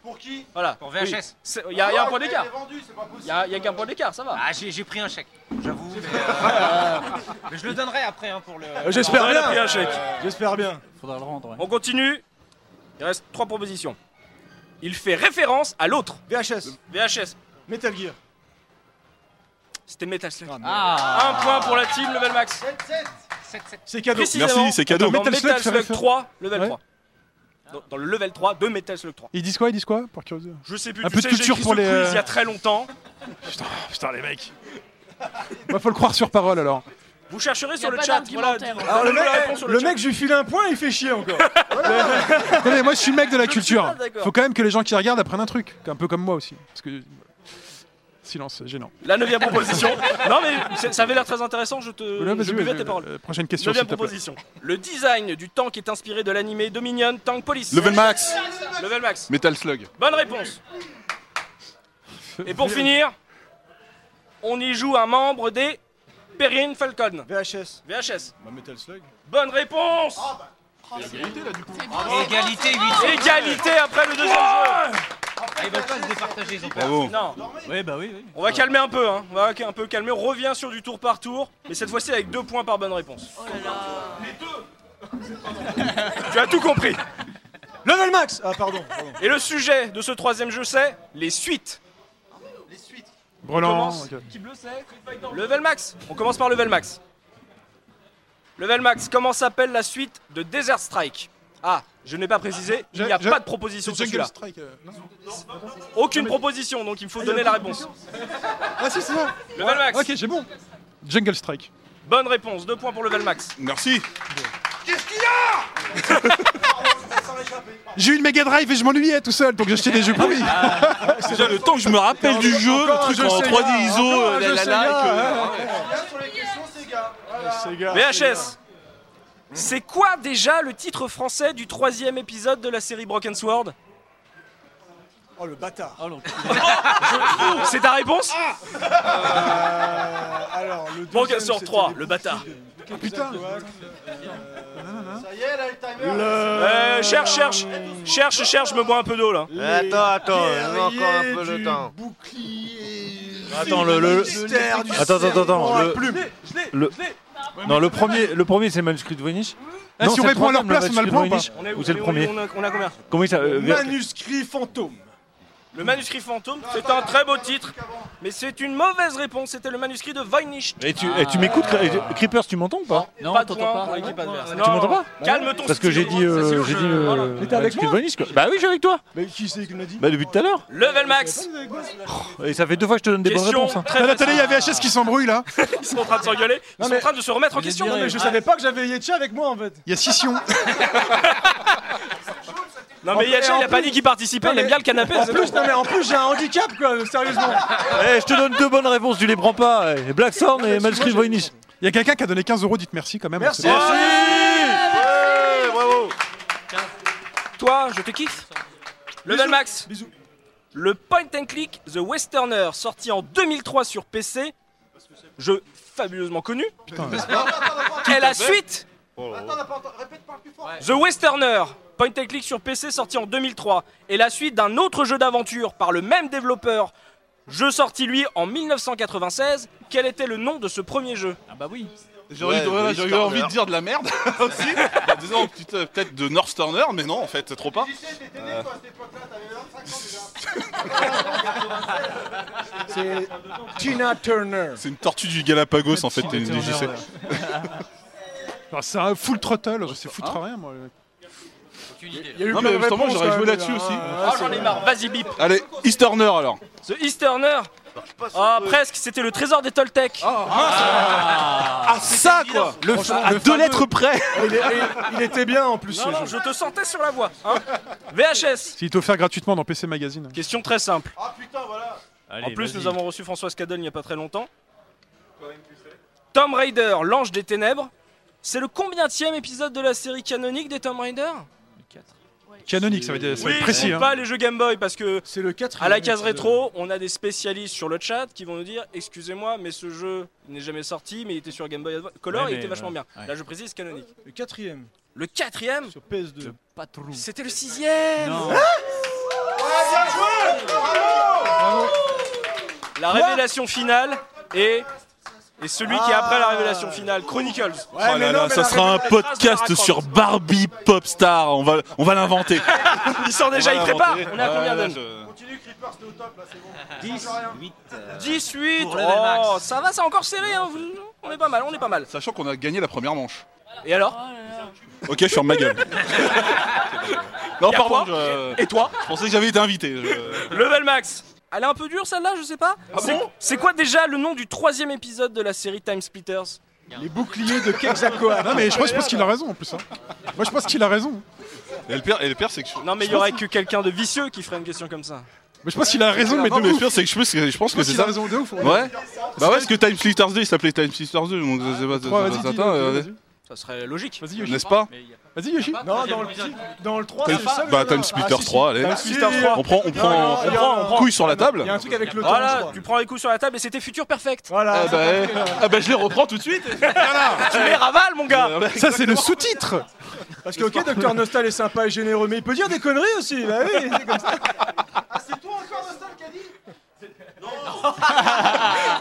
S11: pour qui
S1: Voilà.
S11: Pour
S1: Oui.
S11: VHS.
S1: C'est- Il y, a il y a un point d'écart.
S11: vendu, c'est pas possible.
S1: Ah, Il y a, il y a qu'un point d'écart, ça va.
S11: Ah, j'ai j'ai pris un chèque, j'avoue. mais, euh,
S12: Mais je le donnerai après hein, pour le.
S3: Euh, J'espère
S1: Ouais,
S3: bien.
S1: la paix à chèque.
S3: J'espère bien.
S1: Faudra le rendre. On continue. Il reste trois propositions. Il fait référence à l'autre. VHS. VHS.
S3: Metal Gear.
S1: C'était Metal Slug.
S8: Oh,
S12: Ah,
S1: Ah, Un point pour la team Level Max.
S3: C'est cadeau.
S1: Précisément,
S3: Merci, c'est cadeau.
S1: Dans
S3: Metal
S1: Metal
S3: Slug
S1: Slug,
S3: fait référence.
S1: 3, level 3. Dans, dans le level 3 de Metal Slug 3.
S8: Ils disent quoi Ils disent quoi Pour curiosité.
S1: Je sais plus,
S8: Un
S1: tu
S8: peu
S1: sais,
S8: de
S1: j'ai
S8: culture
S1: écrit
S8: pour
S1: ce
S8: les. euh,
S1: quiz il y a très longtemps.
S8: putain, putain, les mecs. Bah, faut le croire sur parole alors.
S1: Vous chercherez
S10: Y a
S1: sur le
S10: pas
S1: chat. Voilà,
S10: d'argumentaire, en fait.
S1: Alors,
S3: Ah, le mec, le
S1: chat.
S3: mec, je lui file un point, il fait chier encore.
S8: Attendez, moi je suis le mec de la culture.
S10: Ah,
S3: pas d'accord.
S8: Faut quand même que les gens qui regardent apprennent un truc. Un peu comme moi aussi. Parce que. Silence, gênant.
S1: La neuvième proposition. non mais c'est- ça avait l'air très intéressant, je te
S8: Ouais, vas-y,
S1: je buvais
S8: vas-y,
S1: tes paroles.
S8: euh, prochaine question,
S1: Neuvième
S8: s'il te plaît.
S1: proposition. Le design du tank est inspiré de l'animé Dominion Tank Police.
S7: Level max.
S1: Level max.
S7: Metal Slug.
S1: Bonne réponse. Et pour finir, on y joue un membre des Perrine Falcon. VHS. VHS.
S3: Metal Slug.
S1: Bonne réponse
S3: Égalité là du coup.
S12: Égalité 8
S1: Égalité après le deuxième jeu
S12: Ils veulent ben, pas se départager, ils ont peur.
S7: Bravo.
S1: Non.
S12: Oui, bah oui, oui.
S1: On va calmer un peu, hein. on va un peu calmer, on revient sur du tour par tour, mais cette fois-ci avec deux points par bonne réponse. tu as tout compris
S3: Level max Ah pardon. pardon.
S1: Et le sujet de ce troisième jeu c'est les suites.
S8: Brelan.
S1: commence.
S8: ok.
S1: Qui bleu c'est Level max On commence par level max. Level max, comment s'appelle la suite de Desert Strike Ah, je n'ai pas précisé, il n'y a pas de proposition sur celui-là.
S8: euh,
S1: Aucune proposition, donc il me faut donner la réponse.
S8: Ah si, c'est ça.
S1: Level max
S8: Ok, j'ai bon. Jungle Strike.
S1: Bonne réponse, deux points pour level max.
S7: Merci.
S3: Qu'est-ce qu'il y a
S8: J'ai eu une Mega Drive et je m'ennuyais tout seul, donc j'ai acheté des jeux pourris.
S7: Déjà, le temps que je me rappelle du jeu, le
S8: encore un
S7: truc
S8: jeu
S7: en
S8: Sega,
S7: 3D ISO,
S8: encore un
S7: euh, la
S8: jeu
S7: la
S8: Sega,
S7: like, euh,
S8: ouais, Ah,
S1: VHS C'est quoi déjà le titre français du troisième épisode de la série Broken Sword
S3: Oh le bâtard.
S1: C'est ta réponse
S3: Euh, alors le
S1: Broken
S3: deuxième,
S1: Sword
S3: c'était
S1: 3,
S3: des-
S1: le bâtard.
S3: Ah, putain.
S11: Ça y est, là, le timer.
S1: Euh, cherche, cherche, cherche, cherche, je me bois un peu d'eau là.
S6: Attends, attends, on a encore un peu le temps.
S2: Attends, le- le-
S3: mystère du
S2: Attends, attends, attends,
S3: serpent à
S2: le-
S3: plumes.
S2: Le... Non, le premier, le premier c'est Manuscrit de Voynich.
S8: Ah, si on
S2: c'est
S8: répond à leur place,
S2: troisième,
S8: on a le point ou pas
S2: Manuscrit de Voynich. Ou c'est le premier
S1: On a, on a combien
S2: Comment il s'appelle euh, Ver-
S3: Manuscrit fantôme.
S1: Le manuscrit fantôme, c'est un très beau titre, mais c'est une mauvaise réponse, c'était le manuscrit de Voynich.
S2: Et tu, et tu m'écoutes, et tu- Creepers, tu m'entends ou pas
S1: Non, pas de point pour l'équipe adverse.
S2: Ah, Tu m'entends pas
S1: Calme ton hein,
S2: Parce que j'ai dit, euh, j'ai dit. euh, Manuscrit de Voynich, quoi. Bah oui, je suis avec toi.
S3: Mais qui c'est qui me l'a dit
S2: Bah depuis tout à l'heure.
S1: Level max
S2: Et ça fait deux fois que je te donne des bonnes
S1: Question
S2: réponses. hein.
S1: très Attends, attendez,
S8: Il y a VHS qui s'embrouille là.
S1: Ils sont en train de s'engueuler, ils sont en train de se remettre en question.
S3: Non mais je savais pas que j'avais Yetcha avec moi en fait.
S8: Il y a Scission.
S1: Non mais Yacha, il a pas dit qu'il participait, il aime bien le canapé.
S3: En
S1: c'est
S3: plus,
S1: tout.
S3: non mais en plus j'ai un handicap quoi, sérieusement.
S2: Eh, je te donne deux bonnes réponses, tu les prends pas. eh. Black Sound et Manuscrit de Voynich.
S8: Il y a quelqu'un qui a donné 15 euros, dites merci quand même.
S3: Merci.
S8: C'est-
S1: Toi, je te kiffe. Level
S3: Bisous.
S1: max.
S3: Bisous.
S1: Le point and click The Westerner, sorti en 2003 sur PC, jeu fabuleusement connu, est la suite The Westerner, point and click sur PC, sorti en 2003, est la suite d'un autre jeu d'aventure par le même développeur, jeu sorti lui en 1996. Quel était le nom de ce premier jeu
S4: Ah bah oui.
S7: J'ai envie de-
S6: Ouais,
S7: voilà, j'ai eu envie bah,
S6: Turner.
S7: de dire de la merde aussi. En disant, putain, peut-être de North Turner, mais non, en fait, c'est trop pas.
S3: C'est Tina Turner.
S7: C'est une tortue du Galapagos, en fait, une DJC.
S8: Ah, C'est un full throttle, je sais foutre
S4: Ah.
S8: rien moi.
S3: Il y a eu
S7: Non,
S3: plein
S7: mais
S3: de
S7: justement,
S3: réponses,
S7: j'aurais
S3: quand
S7: joué
S3: même,
S7: là-dessus
S3: hein.
S7: aussi.
S1: Ah, j'en ai marre, vas-y bip
S7: Allez, East Turner alors.
S1: The Easterner Ah, presque, c'était le trésor des Toltecs Ah.
S7: Ah, ça quoi le,
S4: Ah,
S7: À deux lettres près
S3: Il, est- il était bien en plus.
S1: Non, non, je te sentais sur la voix. hein. VHS.
S8: S'il est offert gratuitement dans PC Magazine.
S1: Question très simple. en
S4: Allez,
S1: plus,
S4: vas-y.
S1: nous avons reçu Françoise Cadon il n'y a pas très longtemps. Tom Raider, l'ange des ténèbres. C'est le combientième épisode de la série canonique des Tomb Raider
S8: Canonique, ça veut dire ça veut
S1: Oui,
S8: être précis.
S1: c'est
S8: hein.
S1: pas les jeux Game Boy parce que
S3: C'est le 4
S1: à la case rétro, on a des spécialistes sur le chat qui vont nous dire excusez-moi, mais ce jeu n'est jamais sorti, mais il était sur Game Boy Advance- Color,
S4: Ouais,
S1: il
S4: mais,
S1: était vachement
S4: ouais,
S1: bien.
S4: ouais.
S1: Là, je précise canonique.
S3: Le quatrième
S1: Le quatrième,
S3: sur PS2.
S4: Pas trop.
S1: c'était le sixième. La révélation finale est Et celui qui est après la révélation
S7: Ah.
S1: finale, Chronicles.
S7: Oh là là, ça sera un podcast sur Barbie Popstar. On va, on va l'inventer.
S1: Il sort déjà,
S7: On
S1: il
S7: va
S1: prépare.
S7: l'inventer.
S1: On est à
S7: Ouais,
S1: combien
S7: ouais,
S1: d'années
S7: je-
S11: Continue, Creeper, c'était au top là, c'est bon.
S1: 10,
S11: 8.
S1: 18.
S7: Pour level max.
S1: Oh, ça va, c'est encore serré. hein, vous- On est pas mal, on est pas mal.
S7: Sachant qu'on a gagné la première manche.
S1: Et alors
S7: Ok, je ferme ma gueule. non,
S1: Y a
S7: pardon.
S1: quoi
S7: je-
S1: Et toi
S7: Je pensais que j'avais été invité. je-
S1: Level max Elle est un peu dure celle-là, je sais pas.
S7: Ah
S1: C'est-
S7: bon
S1: C'est quoi déjà le nom du troisième épisode de la série Time Splitters
S3: Les boucliers de Kexakoa.
S8: Non, mais je pense, je pense qu'il a raison en plus. hein. Moi, je pense qu'il a raison.
S7: Et le pire, et le pire, c'est que. je-
S1: Non, mais il y aurait que quelqu'un de vicieux qui ferait une question comme ça.
S8: Mais je pense qu'il a raison, mais de
S7: Non, mais le
S8: ouf.
S7: pire, c'est que je pense que, je pense
S8: Je
S7: que
S8: pense
S7: c'est
S8: qu'il
S7: ça.
S8: a raison de ouf, hein. ouais.
S7: Ouais. Bah ouais, parce que Time Splitters 2, il s'appelait Time Splitters 2, donc je sais pas.
S8: Trois,
S7: ça-
S8: vas-y,
S7: ça-
S8: dis,
S7: ça-
S8: vas-y,
S7: euh,
S8: vas-y.
S1: Ça serait logique.
S8: Vas-y, Yoshi.
S7: N'est-ce pas
S8: Vas-y, Yoshi.
S3: Non, dans le, petit- dans le 3,
S7: Time-
S3: c'est ça le
S7: Bah,
S3: nom,
S7: Time
S3: là.
S7: Splitter
S3: Ah, si, si.
S7: 3, allez.
S3: Time Splitter
S7: On prend, on prend, on prend, couille sur la table.
S3: Il y a un truc avec le temps. je
S1: Voilà,
S3: crois.
S1: tu prends les coups sur la table et c'était futur perfect.
S3: Voilà.
S7: Ah bah, eh. Ah bah, je les reprends tout de suite.
S1: tu les ravales, mon gars.
S8: Ça, c'est le sous-titre.
S3: Parce que, ok, Docteur Nostal est sympa et généreux, mais il peut dire des conneries aussi. Bah oui, c'est comme ça.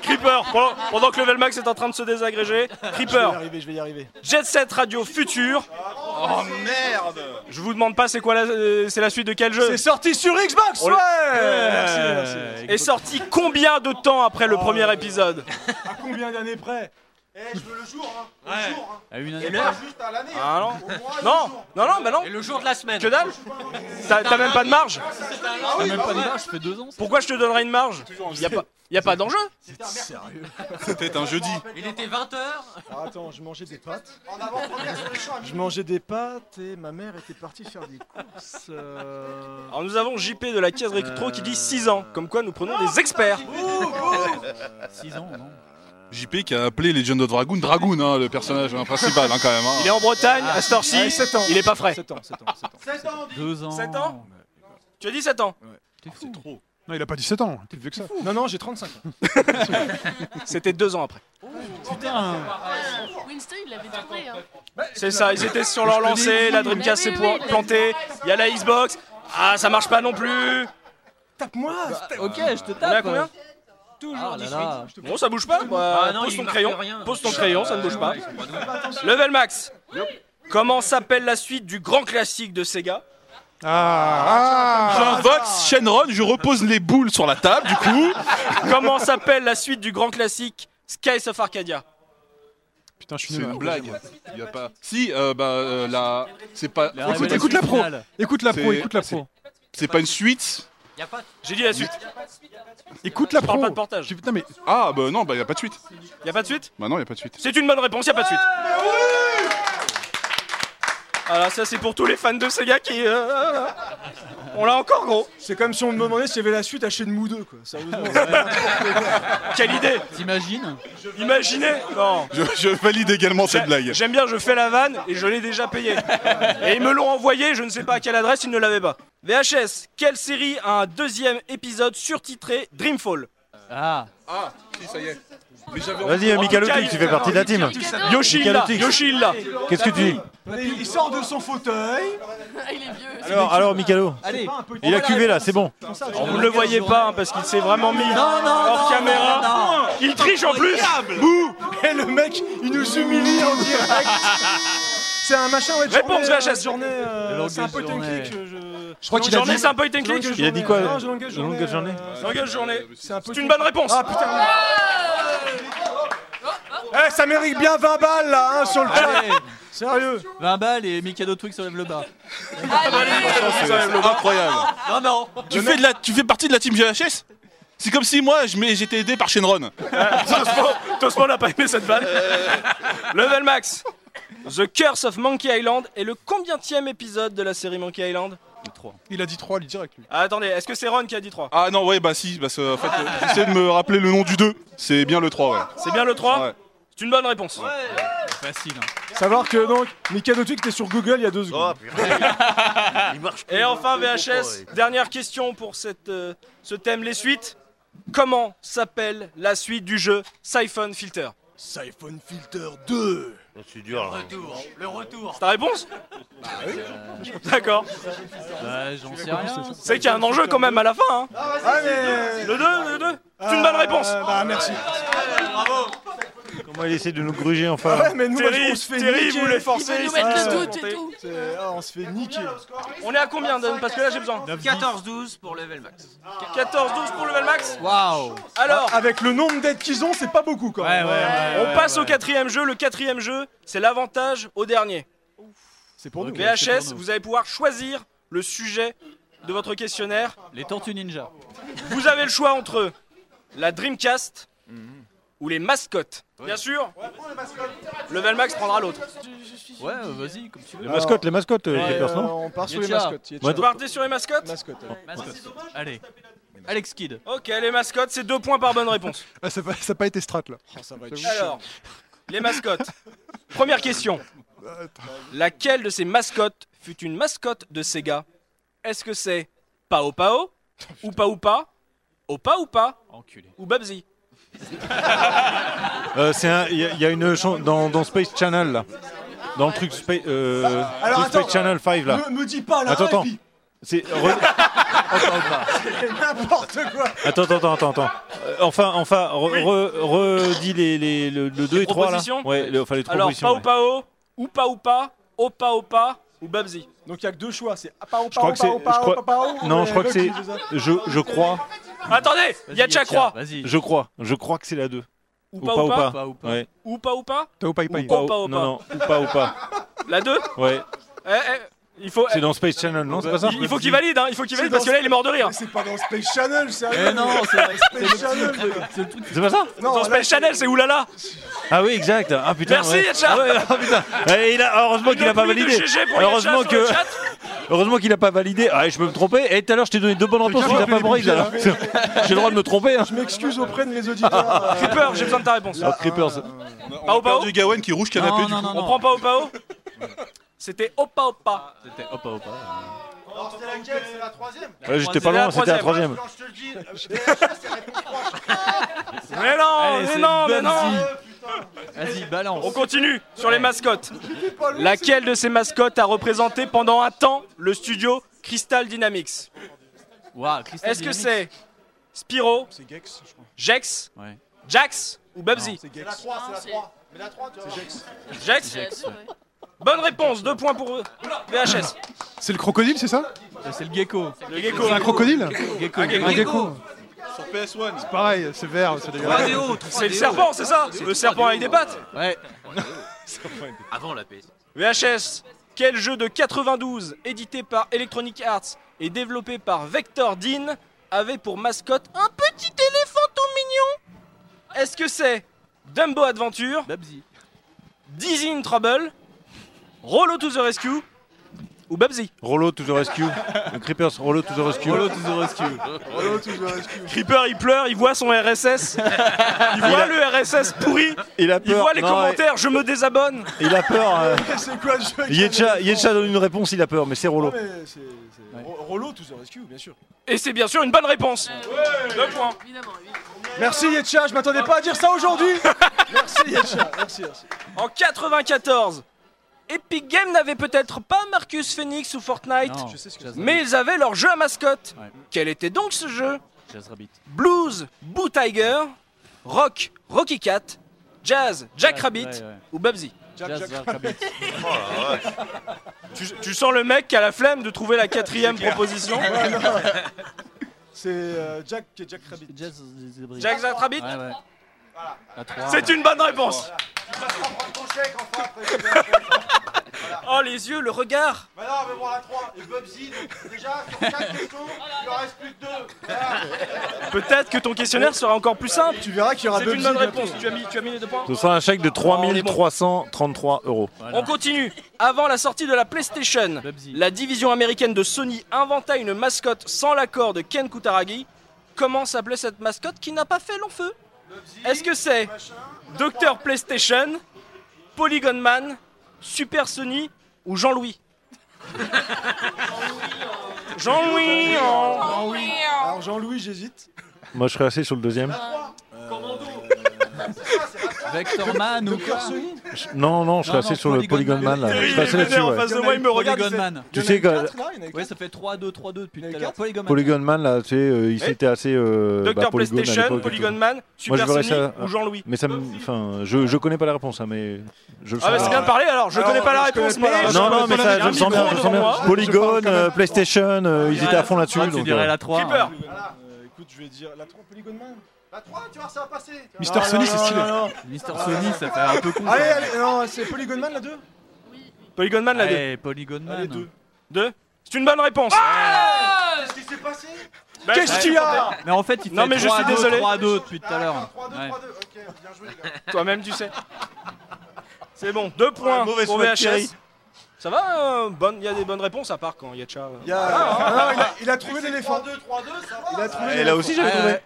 S1: Creeper, pendant, pendant que Level Max est en train de se désagréger,
S3: Je vais y
S1: Creeper,
S3: arriver, je vais y arriver.
S1: Jet Set Radio Futur.
S7: Oh merde
S1: Je vous demande pas c'est quoi la, euh, c'est la suite de quel jeu
S3: C'est sorti sur Xbox,
S1: On
S3: ouais
S1: le-
S3: Merci, merci, merci.
S1: Est sorti combien de temps après
S7: Oh,
S1: le premier épisode
S3: À combien d'années près
S11: Eh, je veux le jour, hein. Le
S12: Ouais.
S11: jour, hein.
S4: À Ah, une
S11: Et
S4: année.
S11: pas juste à l'année.
S1: Ah
S11: hein.
S1: non.
S11: Au moins, le
S1: Non,
S11: jour.
S1: non, non, bah non.
S12: Et le jour de la semaine.
S1: Que dalle T'as t'as même pas de marge
S4: Ah, même pas de marge, je fais deux ans. ça.
S1: Pourquoi je te donnerais une marge y a pas, y a pas d'enjeu
S7: C'était un jeudi.
S12: Il était 20h.
S3: Ah, Attends, je mangeais des pâtes.
S11: En avant-première sur les champs à
S3: Je
S11: minuit.
S3: mangeais des pâtes et ma mère était partie faire des courses. euh.
S1: Alors nous avons JP de la caisse rétro qui dit 6 ans, comme quoi nous prenons des experts.
S4: Six ans, non
S7: JP qui a appelé Legend of Dragoon Dragoon, hein, le personnage hein, principal hein, quand même. hein.
S1: Il est en Bretagne, à cette heure-ci,
S3: Ouais, sept ans.
S1: il est pas frais.
S3: 7 ans, 7 ans, 7 ans.
S11: Sept ans, dis-
S4: Deux ans.
S1: Sept ans Tu as dit 7 ans
S4: T'es fou.
S8: Non, il a pas 17 ans. T'es vieux que ça.
S3: Non, non, j'ai 35 ans.
S1: C'était 2 ans après.
S4: Putain.
S10: Winston, il l'avait trouvé. Hein.
S1: C'est ça, ils étaient sur leur lancée, la Dreamcast s'est
S10: Mais oui, oui,
S1: pour- plantée, il y a la Xbox. Ah, ça marche pas non plus
S3: Tape-moi
S4: Ok, je te tape.
S1: On est à combien
S12: Toujours
S4: Ah là
S12: 18.
S4: là.
S1: Bon, ça bouge pas bah,
S12: Ah non,
S1: Pose
S12: il
S1: ton
S12: marque
S1: crayon,
S12: rien.
S1: pose ton crayon, ça ne bouge Ah, pas.
S12: Euh,
S1: Level max Comment s'appelle la suite du grand classique de Sega
S8: Ah,
S7: J'invoque Shenron, je repose les boules sur la table du coup.
S1: Comment s'appelle la suite du grand classique Skies of Arcadia
S8: Putain, je suis
S7: C'est
S8: nul.
S7: une blague. Il y a pas. Si, euh, bah euh, la. C'est pas.
S4: La
S8: Écoute,
S4: révélation
S8: écoute la pro.
S4: finale.
S8: Écoute la pro,
S7: C'est-
S8: écoute la pro.
S7: C'est pas une suite.
S12: Y a pas.
S1: J'ai dit la suite,
S8: Écoute la
S1: je parle
S8: pro.
S1: pas de portage.
S8: J'ai- Putain, mais
S7: Ah bah non, bah y a pas de suite.
S1: Y a pas de suite
S7: Bah non, y a pas de suite.
S1: C'est une bonne réponse, y a pas de suite. Alors ça c'est pour tous les fans de Sega qui... euh, On l'a encore gros
S3: C'est comme si on me demandait s'il y avait la suite à Shenmue 2, quoi. Sérieusement.
S1: Quelle idée
S4: T'imagines
S1: Imaginez Non
S7: Je, je valide également cette
S1: J'ai-
S7: blague.
S1: J'aime bien, je fais la vanne et je l'ai déjà payé. Et ils me l'ont envoyé, je ne sais pas à quelle adresse, ils ne l'avaient pas. VHS, quelle série a un deuxième épisode surtitré Dreamfall
S4: Ah.
S7: Ah, si, ça y est. Mais j'avais
S2: Vas-y, Mika
S1: Mika-
S2: Lotik, tu fais partie de la team.
S10: Mikado,
S1: Yoshi il l'a,
S2: Mikalotic.
S1: Yoshi il l'a.
S2: Qu'est-ce que tu dis
S3: Et il sort de son fauteuil.
S10: il est vieux.
S2: Alors, alors, Mikalo,
S12: Allez.
S3: Ah, un peu-
S2: il a cuvé là, c'est bon.
S1: Vous ne le voyez pas hein, parce qu'il s'est vraiment mis hors caméra. Il triche en plus
S3: Bouh Et le mec, il nous humilie en direct. C'est un machin, ouais, de
S1: Réponse,
S3: journée,
S1: VHS.
S3: journée, euh,
S4: Le langage
S3: c'est un peu
S4: journée.
S3: technique. Je,
S8: je crois qu'il a
S1: Journée,
S8: dit.
S1: c'est un point and click.
S3: je-
S2: Il a dit quoi,
S3: Non,
S2: euh,
S3: je langage
S2: le
S3: journée.
S2: langage journée
S3: euh,
S1: Langage journée.
S3: C'est un peu
S1: C'est une bonne réponse.
S3: Ah putain Ah, Eh, ça mérite bien 20 balles là, hein, sur le chat
S4: Allez,
S3: Sérieux
S4: 20 balles et Mikado Twix enlève le bas.
S7: Incroyable.
S4: Ah, Non, non.
S7: Tu fais, de la, tu fais partie de la team GHS C'est comme si moi je m'ai- j'étais aidé par Shenron.
S1: Tosmo- Tosmo n'a pas aimé cette vanne.
S3: Euh.
S1: Level max. The Curse of Monkey Island est le combientième épisode de la série Monkey Island
S8: Il a dit 3 lui direct lui.
S1: Ah, Attendez, est-ce que c'est Ron qui a dit 3
S7: Ah non, ouais, bah si, parce que en fait, euh, j'essaie de me rappeler le nom du 2. C'est bien le 3, ouais.
S1: C'est bien le 3
S7: Ouais.
S1: C'est une bonne réponse.
S4: Facile. hein.
S3: Savoir que donc, Mikado Twig était sur Google il y a deux
S6: Oh
S3: secondes.
S6: putain. Il marche
S1: Et enfin VHS, dernière question pour cette, euh, ce thème, les suites. Comment s'appelle la suite du jeu Siphon Filter
S3: Siphon Filter 2
S6: C'est dur là.
S12: Retour. Le retour.
S1: C'est ta réponse D'accord.
S4: Bah, j'en sais rien.
S1: C'est qu'il y a un enjeu quand même à la fin. Hein.
S3: Ah mais...
S1: Le 2, le 2 C'est une bonne réponse.
S3: Euh, bah merci.
S2: Moi, il essaie de nous gruger enfin.
S3: Ah ouais, mais nous, on se fait niquer.
S1: vous les forcez,
S3: Ils veulent nous
S1: ils
S3: mettre
S1: sont
S3: le
S1: pas
S3: doute et
S1: contentés.
S3: tout. C'est- ah, on se fait niquer.
S1: On est à combien, Dan Parce que là, j'ai besoin.
S12: 14-12 pour level max.
S1: 14-12 pour level max
S4: Waouh
S1: Alors,
S3: avec le nombre d'aides qu'ils ont, c'est pas beaucoup quand même.
S4: ah.
S1: on passe au quatrième jeu. Le quatrième jeu, c'est l'avantage au dernier.
S3: C'est pour
S4: nous.
S1: VHS, vous allez pouvoir choisir le sujet de votre questionnaire.
S4: Les Tortues Ninja.
S1: Vous avez le choix entre la Dreamcast ou les mascottes. Bien sûr, level max prendra l'autre.
S4: Ouais, euh, vas-y, comme tu veux.
S2: Les mascottes, les mascottes, euh,
S4: Ouais,
S2: les personnes.
S4: euh,
S3: on part
S4: sur les mascottes,
S2: Moi,
S1: Vous partez sur les mascottes
S3: euh,
S4: Mascotte. Allez. Alex Kidd.
S1: Ok, les mascottes, c'est deux points par bonne réponse.
S8: Ah, ça n'a pas, ça a pas été strat là.
S1: Alors, les mascottes. Première question. Laquelle de ces mascottes fut une mascotte de Sega Est-ce que c'est Pao Pao ou Pao Pa Opa ou pas Ou Babzi
S2: Euh, c'est un- Il y, a- il y a une chan- dans, dans Space Channel là. Dans le truc Space, euh,
S3: Alors,
S2: truc
S3: attends,
S2: Space Channel 5 là.
S3: Me, me dis pas là.
S2: attends, attends.
S3: et puis-
S2: C'est re-
S3: C'est N'importe quoi.
S2: attends, attends, attends, attends, attends. Euh, Enfin, enfin, re- re- redis les, les, le, 2 et 3 là.
S1: propositions
S2: Ouais, le- enfin les trois
S1: Alors,
S2: positions.
S1: Pao
S2: ouais.
S1: Pao ou Pao Pa Opa Opa ou Babzi
S3: Donc il y a que deux choix, c'est Pao
S2: Je crois que c'est. je crois- Non, je crois que c'est. Je, je crois.
S1: Attendez, il y a Chakra
S2: Je crois. Je crois que c'est la 2.
S1: Ou
S2: Ou
S1: pas,
S2: pas,
S1: ou
S2: ou
S1: pas.
S2: pas.
S1: Ou
S2: Ouais.
S1: Ou pas ou pas
S8: T'as ou pas, ou
S2: Ou
S8: pas.
S2: pas, ou
S1: Ou pas,
S2: pas.
S1: ou
S2: Non,
S1: pas.
S2: non, ou pas, ou pas.
S1: La 2
S2: Ouais.
S1: Eh, eh, il faut,
S2: C'est dans Space Channel, non C'est pas ça
S1: il, il faut qu'il valide, hein, il faut qu'il valide parce que là il est mort de rire.
S3: C'est pas dans Space Channel, sérieux.
S4: Eh non, c'est-
S3: Space Channel.
S4: C'est le truc.
S2: C'est pas ça
S3: Non,
S1: Dans
S3: là,
S1: Space Channel, c'est oulala.
S2: Ah oui, exact. Ah putain.
S1: Merci,
S2: ouais.
S1: Yatcha.
S2: Ah ouais, ah, putain. Eh, il a- heureusement qu'il
S1: n'y
S2: a pas validé. heureusement que. Heureusement qu'il a pas validé. Ah, je peux me tromper. Et tout à l'heure, je t'ai donné deux bonnes réponses.
S3: Quelqu'un
S2: Il a
S3: peut
S2: pas
S3: appeler les
S2: braid. alors. J'ai le droit de me tromper. Hein.
S3: Je m'excuse auprès de mes auditeurs. euh,
S1: Creeper, j'ai besoin de ta réponse.
S2: Oh, Creepers.
S7: On a, on a
S1: Pao Pao
S7: perdu Gawen qui est rouge canapé
S4: Non,
S7: du
S4: non,
S7: coup.
S4: non,
S1: On
S4: non.
S1: prend pas au pao C'était Opa Opa.
S4: C'était hop, hop, hop.
S11: Alors, c'est laquelle C'est la troisième
S2: Ouais, J'étais pas loin. C'était la troisième.
S11: je te le dis, VHS, c'est réponse 3.
S1: Mais non,
S4: Allez,
S1: mais
S4: c'est
S1: non, Ah, mais
S4: Bubsy.
S1: non
S4: Vas-y, balance.
S1: On continue sur les mascottes. Laquelle de ces mascottes a représenté pendant un temps le studio Crystal Dynamics
S4: Waouh, Christophe
S1: Est-ce que
S4: Dynamics.
S1: c'est Spiro,
S3: C'est Gex, je crois.
S1: Jex,
S4: Ouais.
S1: Jax ou Babsy
S3: C'est
S11: C'est la
S3: Gex.
S11: 3, c'est la
S10: Non, c'est-
S11: 3. Mais la 3, tu vois.
S1: Jax
S4: Jax, ouais.
S1: Bonne réponse, deux points pour VHS.
S8: C'est le crocodile, c'est ça
S4: Euh, C'est le gecko.
S1: Le gecko.
S8: C'est un crocodile
S4: Gecko.
S8: Un gecko.
S7: Sur PS1.
S8: Pareil, c'est vert, c'est dégueulasse.
S12: 3DO, 3DO.
S1: C'est le serpent, c'est ça Le serpent avec des pattes
S4: Ouais.
S12: Avant la PS.
S1: VHS, quel jeu de 92 édité par Electronic Arts et développé par Vector Dean avait pour mascotte un petit éléphant tout mignon Est-ce que c'est Dumbo Adventure,
S4: Babsy.
S1: Dizzy in Trouble, Rollo to the Rescue ou Babsy
S2: Rollo to the rescue. Le Creepers. Rollo to the rescue.
S4: Rollo to the rescue.
S1: Creeper il pleure, il voit son RSS, il voit le RSS pourri,
S2: Il a
S1: il
S2: peur.
S1: voit les
S2: Non,
S1: commentaires, je me désabonne
S2: ouais, Il a peur. euh.
S3: C'est quoi le jeu avec un
S2: Yetcha
S3: éléphant
S2: Yetcha donne une réponse. Il a peur, mais c'est
S3: Non,
S2: Rollo.
S3: mais c'est- c'est-
S4: Ouais.
S3: Ro- Rollo, tout ça rescue, bien sûr.
S1: Et c'est bien sûr une bonne réponse Deux points
S10: Évidemment, évidemment.
S3: Merci Yetcha, je m'attendais pas à dire ça aujourd'hui. merci Yetcha, merci, merci.
S1: En 94, Epic Games n'avait peut-être pas Marcus Phoenix ou Fortnite,
S4: Non,
S3: Je sais ce que
S4: Jazz
S1: mais ils avaient leur jeu à mascotte.
S4: Ouais.
S1: Quel était donc ce jeu
S4: Rabbit, Jazz Rabbit.
S1: Blues, Boo Tiger, Rock, Rocky Cat, Jazz, Jack
S4: Ouais,
S1: Rabbit
S4: ouais, ouais.
S1: ou Babsy
S3: Jack,
S4: Jazz
S3: Jack,
S4: Rabbit.
S1: tu, tu sens le mec qui a la flemme de trouver la quatrième proposition
S3: C'est euh, Jack qui est Jack Rabbit.
S4: Jazz Rabbit.
S1: Jack Jack Rabbit
S4: Ouais, ouais. À trois.
S1: C'est une bonne réponse
S11: Prends ton chèque, enfin, après. c'est bien.
S1: Oh les yeux, le regard
S11: Mais non, mais bon, la 3. Et Bubsy, donc, déjà, sur 4 questions, il en reste plus que 2.
S1: Peut-être que ton questionnaire sera encore plus simple
S3: Tu verras qu'il y aura
S1: C'est
S3: Bubsy
S1: une bonne
S3: bientôt.
S1: réponse, tu as mis, tu as mis les deux points
S2: Ce sera un chèque de
S1: on est bon.
S2: 3333 euros.
S4: Voilà.
S1: On continue. Avant la sortie de la PlayStation,
S4: Babsy.
S1: la division américaine de Sony inventa une mascotte sans l'accord de Ken Kutaragi. Comment s'appelait cette mascotte qui n'a pas fait long feu Est-ce que c'est Docteur PlayStation, Polygon Man, Super Sony ou Jean-Louis Jean-Louis euh, bah, en-
S2: Euh,
S3: Alors Jean-Louis, j'hésite.
S2: Moi, je serais assez sur le deuxième.
S11: C'est ça, c'est la 3.
S4: Vectorman ou quoi
S2: Je- Non, non, je suis
S4: Non,
S2: assez
S4: non,
S2: sur le
S4: Polygon
S2: Polygon Man.
S4: Man.
S2: là. Je
S4: Il
S2: suis passé
S4: venait
S2: là-dessus.
S4: en
S2: ouais.
S4: face de moi, il me regarde,
S2: Polygon
S4: il fait-
S2: Man.
S4: Il
S2: Tu
S4: y en
S2: sais
S4: a
S2: que
S4: quatre, là, il y en a quatre. Ouais, ça fait 3-2, 3-2 depuis tout à l'heure. Polygon Man.
S2: Polygon Man, là, tu sais, euh, il s'était assez. euh,
S1: Dr.
S2: bah, Polygon à
S1: PlayStation,
S2: l'époque et
S1: Polygon
S2: tout.
S1: Man, Super
S2: Moi, je verrais
S1: Sonic
S2: ça- euh,
S1: ou Jean-Louis
S2: Mais ça me. Enfin, je, je connais pas la réponse, hein, mais. Je le
S1: Ah, bah
S2: sens.
S1: c'est bien de parler alors, je connais pas la réponse, mais. euh, je
S2: Non, non,
S1: connais
S2: mais
S1: pas
S2: ça,
S1: la
S2: je le sens bien.
S1: réponse.
S2: Je le sens bien.
S1: Moi,
S2: Polygon, euh, PlayStation, euh, ils étaient à fond là-dessus. donc, euh,
S4: hein.
S3: Creeper. Voilà. Euh, écoute, je vais dire la 3 Polygon Man. La 3, tu vois, ça va passer. tu vois.
S8: Mister
S3: Non,
S8: Sony,
S3: non,
S8: c'est
S3: non,
S8: stylé.
S3: non, non.
S4: Mister Sony, ça fait un peu con.
S3: Allez, allez, non, c'est Polygon Man la 2
S1: Polygon
S2: Eh,
S1: Man, la
S4: Allez,
S1: 2.
S4: Polygon Man.
S1: Allez, deux. Deux C'est une bonne réponse.
S3: Qu'est-ce Ah qui s'est passé
S1: Bah,
S4: Qu'est-ce
S1: ouais,
S4: qu'il y a
S1: attendez.
S4: Mais en fait, il
S1: Non,
S4: fait
S1: mais je
S4: 3
S1: suis
S4: à 2,
S1: désolé.
S4: 3 Ah, à 2 depuis tout Ah, à l'heure. Ouais.
S1: Toi-même, tu sais. C'est bon, deux points
S3: Ah, mauvaise
S1: pour
S3: foi de
S1: VHS.
S3: Thierry.
S1: Ça va euh, bonne- Il y a des bonnes réponses à part quand il y a Tcha. euh.
S3: Il y a- Ah, Non, il a- il a trouvé l'éléphant. 3-2, 3-2, ça va. Il a trouvé l'éléphant.
S1: Euh,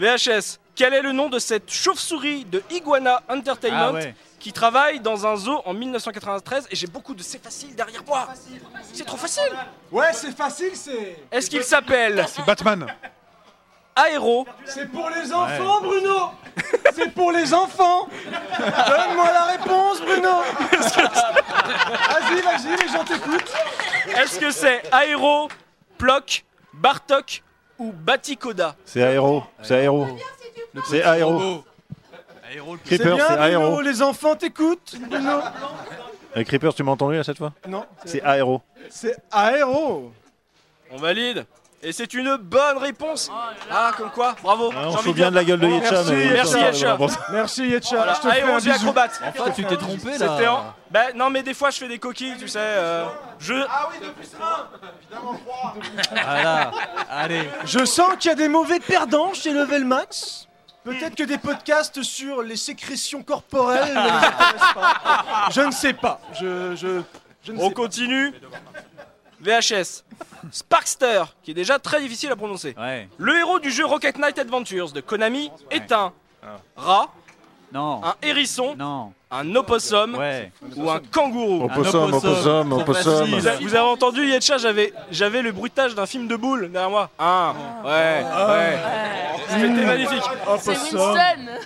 S1: VHS, quel est le nom de cette chauve-souris de Iguana Entertainment
S4: Ah ouais.
S1: qui travaille dans un zoo en 1993 Et j'ai beaucoup de c'est facile derrière moi. C'est trop facile.
S3: Ouais, c'est facile, c'est.
S1: Est-ce qu'il s'appelle
S8: Batman.
S1: Aéro
S3: C'est pour les enfants, Bruno C'est pour les enfants Donne-moi la réponse, Bruno Vas-y, vas-y, les gens t'écoutent
S1: Est-ce que c'est Aéro, Ploc, Bartok ou Baticoda
S2: C'est Aéro. C'est Aéro. C'est Aéro. Creeper, c'est Aéro.
S3: les enfants t'écoutent, Bruno
S2: Eh, Creeper, tu m'as entendu là cette fois
S3: Non.
S2: C'est Aéro.
S3: C'est aéro
S1: On valide. Et c'est une bonne réponse. ah, comme quoi, bravo.
S2: on
S1: J'ai
S2: se
S1: envie
S2: fout bien de la gueule de Yetcha,
S1: Merci,
S2: mais-
S1: merci
S2: Yetcha.
S1: Yetcha.
S2: Bon, bon.
S3: Merci Yetcha,
S1: Voilà,
S3: je te fais
S1: allez,
S3: un
S1: on se fait
S3: bisou.
S1: acrobate.
S4: Enfin, tu t'es trompé, là.
S1: C'était en- Bah, non, mais des fois, je fais des coquilles, tu sais. euh, je.
S3: Ah oui, 2 plus 1 Évidemment, 3
S4: Voilà. Allez.
S3: Je sens qu'il y a des mauvais perdants chez Level Max. Peut-être que des podcasts sur les sécrétions corporelles ne les intéressent pas. Je ne sais pas. Je, je, je ne
S1: On
S3: sais pas.
S1: continue. VHS. Sparkster, qui est déjà très difficile à prononcer.
S4: Ouais.
S1: Le héros du jeu Rocket Knight Adventures de Konami est un rat,
S4: Non.
S1: un hérisson,
S4: Non.
S1: un opossum
S4: Ouais.
S1: ou un kangourou.
S2: Opossum,
S4: opossum,
S2: opossum,
S4: trop
S2: opossum.
S1: Vous, a- vous avez entendu Yetcha, j'avais, j'avais le bruitage d'un film de boule derrière moi. Ah, ouais, ouais. C'était magnifique.
S10: C'est Winston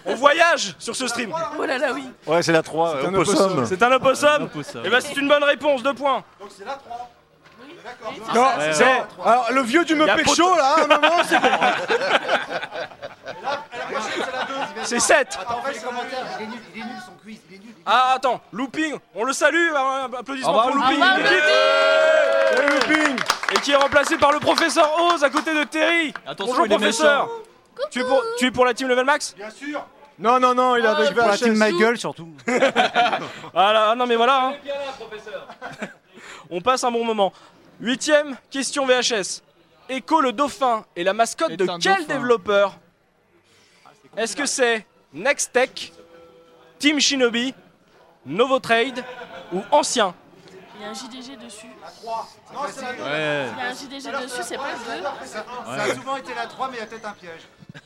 S1: On voyage sur ce stream.
S10: Oh là là, oui
S2: Ouais, c'est la 3.
S3: C'est un
S2: Opossum.
S3: opossum.
S1: C'est un opossum.
S4: opossum.
S1: Et bah c'est une bonne réponse, deux points.
S3: Non,
S4: Ouais,
S3: c'est-
S1: ouais.
S3: Alors, le vieux du Muppet
S1: pot-
S3: Show, là, à un moment, c'est bon.
S1: C'est 7 Ah attends, looping, on le salue, un- un applaudissement
S4: Au revoir,
S1: pour looping,
S10: Looping.
S1: l'équipe.
S4: Ah, bah,
S1: et qui est remplacé par le professeur Oz à côté de Terry.
S4: Attention,
S1: Bonjour
S4: il est
S1: professeur. Tu es, pour, tu es pour la team Level Max
S3: Non, non, non, il est avec
S10: pour la
S3: VHS.
S10: ma gueule,
S4: surtout.
S1: Ah là, ah non mais voilà. hein. On passe un bon moment. Huitième question VHS. Echo le dauphin est la mascotte
S4: Est
S1: de
S4: un
S1: quel
S4: dauphin. Ah,
S1: développeur Est-ce que c'est Next Tech, Team Shinobi, Novotrade ou Ancien
S10: Il y a un JDG dessus.
S4: Ouais.
S10: Il y a un JDG dessus, c'est pas le 2.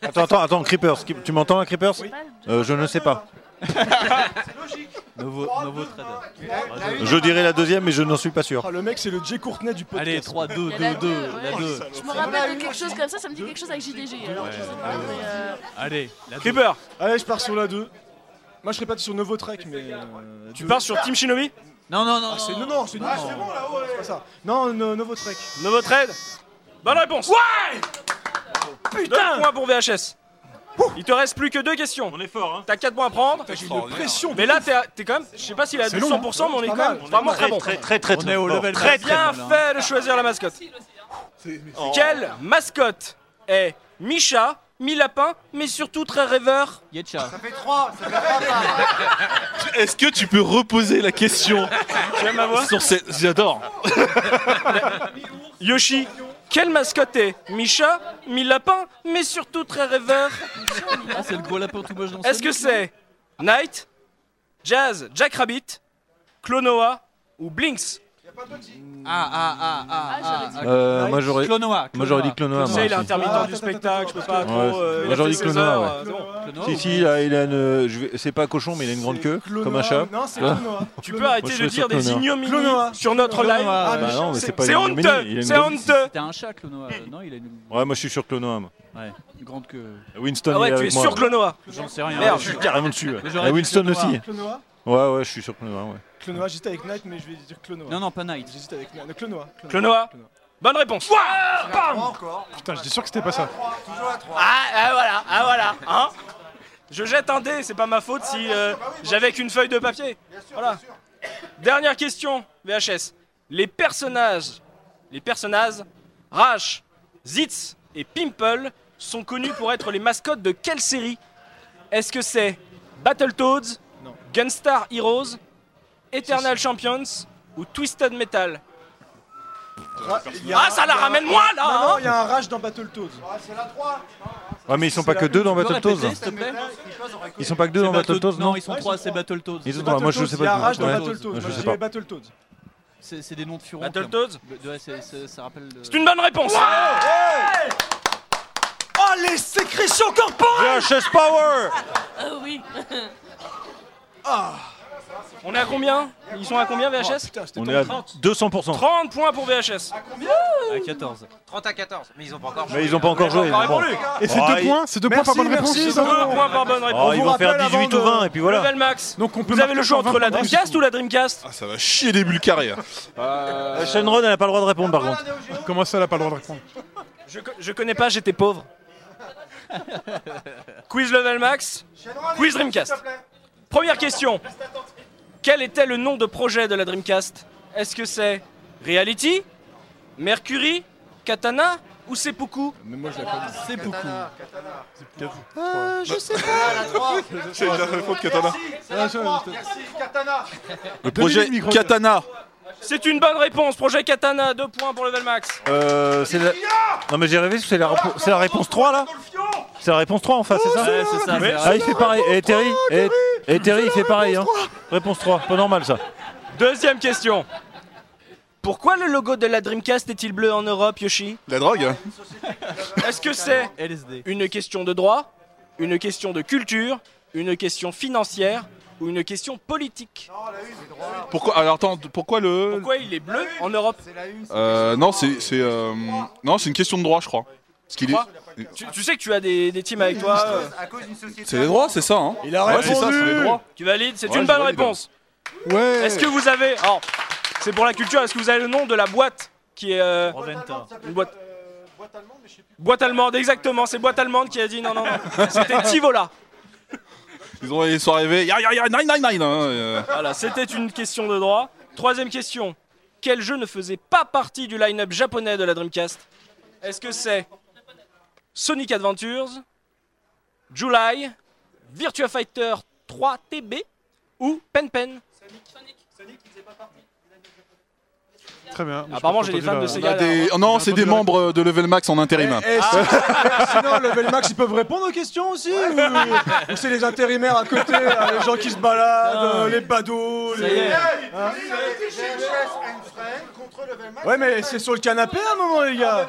S2: Attends, attends, attends, Creepers. qui- Tu m'entends, là, Creepers
S10: C'est pas le 2.
S2: Euh, Je ne sais pas.
S4: Novo, Novo Trader.
S2: Je dirais la deuxième, mais je n'en suis pas sûr.
S3: Ah, le mec, c'est le Jay Courtenay du podcast.
S4: Allez, 3, 2,
S10: Il y a la
S4: 2, 2.
S10: deux,
S4: La
S10: ouais.
S4: 2.
S10: Je me rappelle de quelque chose comme ça, ça me dit quelque chose avec JDG. Alors, je sais pas, mais, euh,
S4: Allez, la 2.
S1: Creeper,
S3: Allez, je pars sur la 2. Moi, je serais pas sur Novotrek, mais. euh,
S1: tu
S3: deux.
S1: pars sur Team Shinobi
S4: Non, non, non.
S3: C'est- Non, non, c'est non, Ah, c'est bon là-haut, c'est pas ça. Non, no, Novotrek.
S1: Novotrade Bonne réponse Putain Deux points pour VHS. Il te reste plus que deux questions.
S6: On est fort, hein.
S1: T'as quatre points à prendre.
S3: Pression
S1: Mais là, t'es à- t'es quand même, je sais hein. pas s'il est à 200%, mais on est quand même vraiment très bon.
S6: Très, très, très,
S4: On
S6: très
S4: est au
S6: fort.
S4: level
S1: Très Oh. bien
S4: maximum, là.
S1: fait de choisir la mascotte. Quelle mascotte est Micha, mi-lapin, mais surtout très rêveur
S4: Yetcha.
S7: Est-ce que tu peux reposer la question
S1: Tu aimes ma voix
S7: sur cette. J'adore.
S1: Yoshi, quelle mascotte est Micha, mi-lapin, mais surtout très rêveur
S4: Ah, c'est le gros lapin tout moche dans
S1: Est-ce que c'est Knight, Jazz, Jack Rabbit, Clonoa ou Blinks
S4: Ah, ah, ah, ah.
S10: Ah, j'avais dit.
S2: Euh, moi, j'aurais-
S4: Clonoa.
S2: moi, j'aurais dit hein, Clonoa,
S1: Tu
S2: moi,
S1: sais, il est
S2: aussi.
S1: intermittent du spectacle, je peux pas
S2: Ouais,
S1: trop. euh,
S2: moi, j'aurais dit
S1: il a fait ses
S2: Clonoa,
S1: heures,
S2: ouais.
S1: euh, c'est bon.
S4: Oh,
S2: Si, si, il a, il a une. je vais- C'est pas cochon, mais il a une grande queue,
S1: Clonoa.
S2: comme un chat.
S1: Non, c'est
S2: Ah.
S1: Clonoa. Tu peux
S2: Moi,
S1: arrêter
S2: je
S1: de
S2: vais sur
S1: dire des
S2: Clonoa.
S1: ignominies
S3: Clonoa.
S1: sur notre
S3: Clonoa.
S1: live.
S2: Ah, bah non, mais c'est pas
S1: c'est
S2: une
S1: honteux,
S2: ignominie, il a une
S1: c'est
S2: grande-
S1: honteux.
S4: T'as un chat, Clonoa. euh, Non, il a une
S2: Ouais, moi je suis sur Clonoa. moi.
S4: une grande queue.
S2: Winston,
S1: Ah ouais,
S2: il est
S1: tu
S2: avec
S1: es
S2: moi.
S1: sur Clonoa.
S4: J'en sais rien.
S2: Merde, je suis carrément dessus. ouais.
S4: Mais j'aurais
S2: Ah,
S4: dit
S2: Winston
S4: Clonoa.
S2: aussi.
S3: Clonoa
S2: Ouais, ouais, je suis sur Clonoa. Ouais.
S3: Clonoa, j'étais avec Knight, mais je vais dire Clonoa.
S4: Non, non, pas Knight.
S3: J'hésite avec Knight. Non, Clonoa.
S1: Clonoa. Bonne réponse. Ouah, bam.
S8: Putain, j'étais sûr que c'était pas ça.
S1: Ah, ah, voilà, ah voilà, hein Je jette un dé, c'est pas ma faute si euh, j'avais qu'une feuille de papier. voilà. Dernière question, VHS. Les personnages, les personnages, Rash, Zitz et Pimple sont connus pour être les mascottes de quelle série Est-ce que c'est Battletoads, Gunstar Heroes, Eternal Champions ou Twisted Metal Ah, ça la ramène moi là
S3: Non, non,
S1: hein
S3: il y a un rage dans Battletoads. Ah, c'est la 3
S2: Ouais, mais ils sont pas que deux dans
S9: hein.
S2: Battletoads. Ils sont pas que deux dans Battletoads, non
S4: ils sont trois, c'est Battletoads.
S2: Ils sont trois, moi je sais
S3: Il y a un
S2: pas.
S3: rage dans
S2: Ouais.
S3: Battletoads.
S2: Ouais,
S3: Moi,
S2: Je
S3: je
S2: sais
S3: dirais
S2: pas.
S3: Battletoads.
S4: C'est c'est des noms de furons.
S1: Battletoads
S4: comme- Ouais, c'est- c'est- ça rappelle.
S1: C'est une bonne réponse
S3: Oh, les sécrétions corporelles
S2: VHS Power
S10: Ah oui.
S1: On est à combien Ils sont à combien VHS
S2: On est à 200%.
S1: 30 points pour VHS.
S4: À 14.
S12: 30 à 14. Ah, Mais ils ont pas encore joué.
S2: Mais ils ont pas encore joué.
S1: Carrément
S2: bon.
S1: Luc.
S8: Et c'est
S2: Oh,
S8: deux
S2: ils-
S8: points, c'est deux points
S3: Merci,
S8: par bonne réponse.
S3: merci,
S1: Deux points par bonne
S2: Oh,
S1: réponse.
S2: ils vont faire
S3: rappelle
S2: 18 ou
S3: avant
S2: 20
S3: de-
S2: et puis voilà.
S1: Level max.
S8: Donc on peut
S1: Vous avez le
S8: marquer
S1: choix entre la
S8: 20 points.
S1: Dreamcast ou la Dreamcast
S7: Ah, ça va chier des bulles carrées. hein.
S2: Euh, Shenron, elle a pas le droit de répondre par contre.
S8: Comment ça, elle a pas le droit de répondre
S1: je, co- je connais pas, j'étais pauvre. Quiz level max. Quiz Dreamcast. Première question. Quel était le nom de projet de la Dreamcast Est-ce que c'est Reality Mercury Katana ou Seppuku
S4: C'est beaucoup.
S7: C'est la réponse Katana. Le
S8: Donnez-lui
S7: projet
S8: le micro.
S7: Katana.
S1: C'est une bonne réponse, projet Katana, 2 points pour level max.
S2: Euh, c'est la... Non mais j'ai rêvé, c'est la, repro- c'est la réponse 3 là C'est la réponse 3 en face, c'est ça
S4: Ouais, c'est ça. c'est
S2: Ah,
S4: vrai.
S2: il fait pareil. Et Terry, et, et Terry il fait pareil. Hein. Réponse 3, pas normal ça.
S1: Deuxième question. Pourquoi le logo de la Dreamcast est-il bleu en Europe, Yoshi
S7: La drogue hein.
S1: Est-ce que c'est
S4: LSD.
S1: une question de droit, une question de culture, une question financière ou une question politique
S7: Pourquoi Alors attends, pourquoi le.
S1: Pourquoi il est bleu en Europe
S7: Euh, non, c'est. c'est, euh, Non, c'est une question de droit, je crois. Parce qu'il est.
S1: Droit tu, tu sais que tu as des, des teams avec toi, euh,
S7: C'est les droits, c'est ça, hein
S3: Il a
S7: Ouais, c'est ça, c'est les droits.
S1: tu valides, c'est
S7: Ouais,
S1: une
S7: je
S1: bonne
S7: valide.
S1: réponse.
S8: Ouais
S1: Est-ce que vous avez... Alors, c'est pour la culture, est-ce que vous avez le nom de la boîte qui est... euh,
S4: Proventa.
S1: Une Euh, boîte... Boîte allemande, exactement, c'est boîte allemande qui a dit non, non, non. C'était Tivola.
S7: Ils, ont, ils sont arrivés. Ya, ya, ya, nine, nine, nine hein, euh.
S1: Voilà, c'était une question de droit. Troisième question. Quel jeu ne faisait pas partie du line-up japonais de la Dreamcast Est-ce que c'est Sonic Adventures, July, Virtua Fighter 3 TB ou Pen Pen
S8: Très bien. Moi, je
S1: Apparemment,
S8: suis
S1: j'ai des
S8: pas
S1: fans de
S8: entendu
S1: Sega.
S7: On a des- oh non, c'est des membres de Level Max en intérim. hein.
S3: Eh, c'est- Sinon, level max, ils peuvent répondre aux questions aussi. ou- ou c'est les intérimaires à côté, là, les gens qui se baladent, euh, les badauds.
S4: Ça y
S3: Les...
S4: est.
S3: Ouais, mais c'est sur le canapé à un moment, les gars.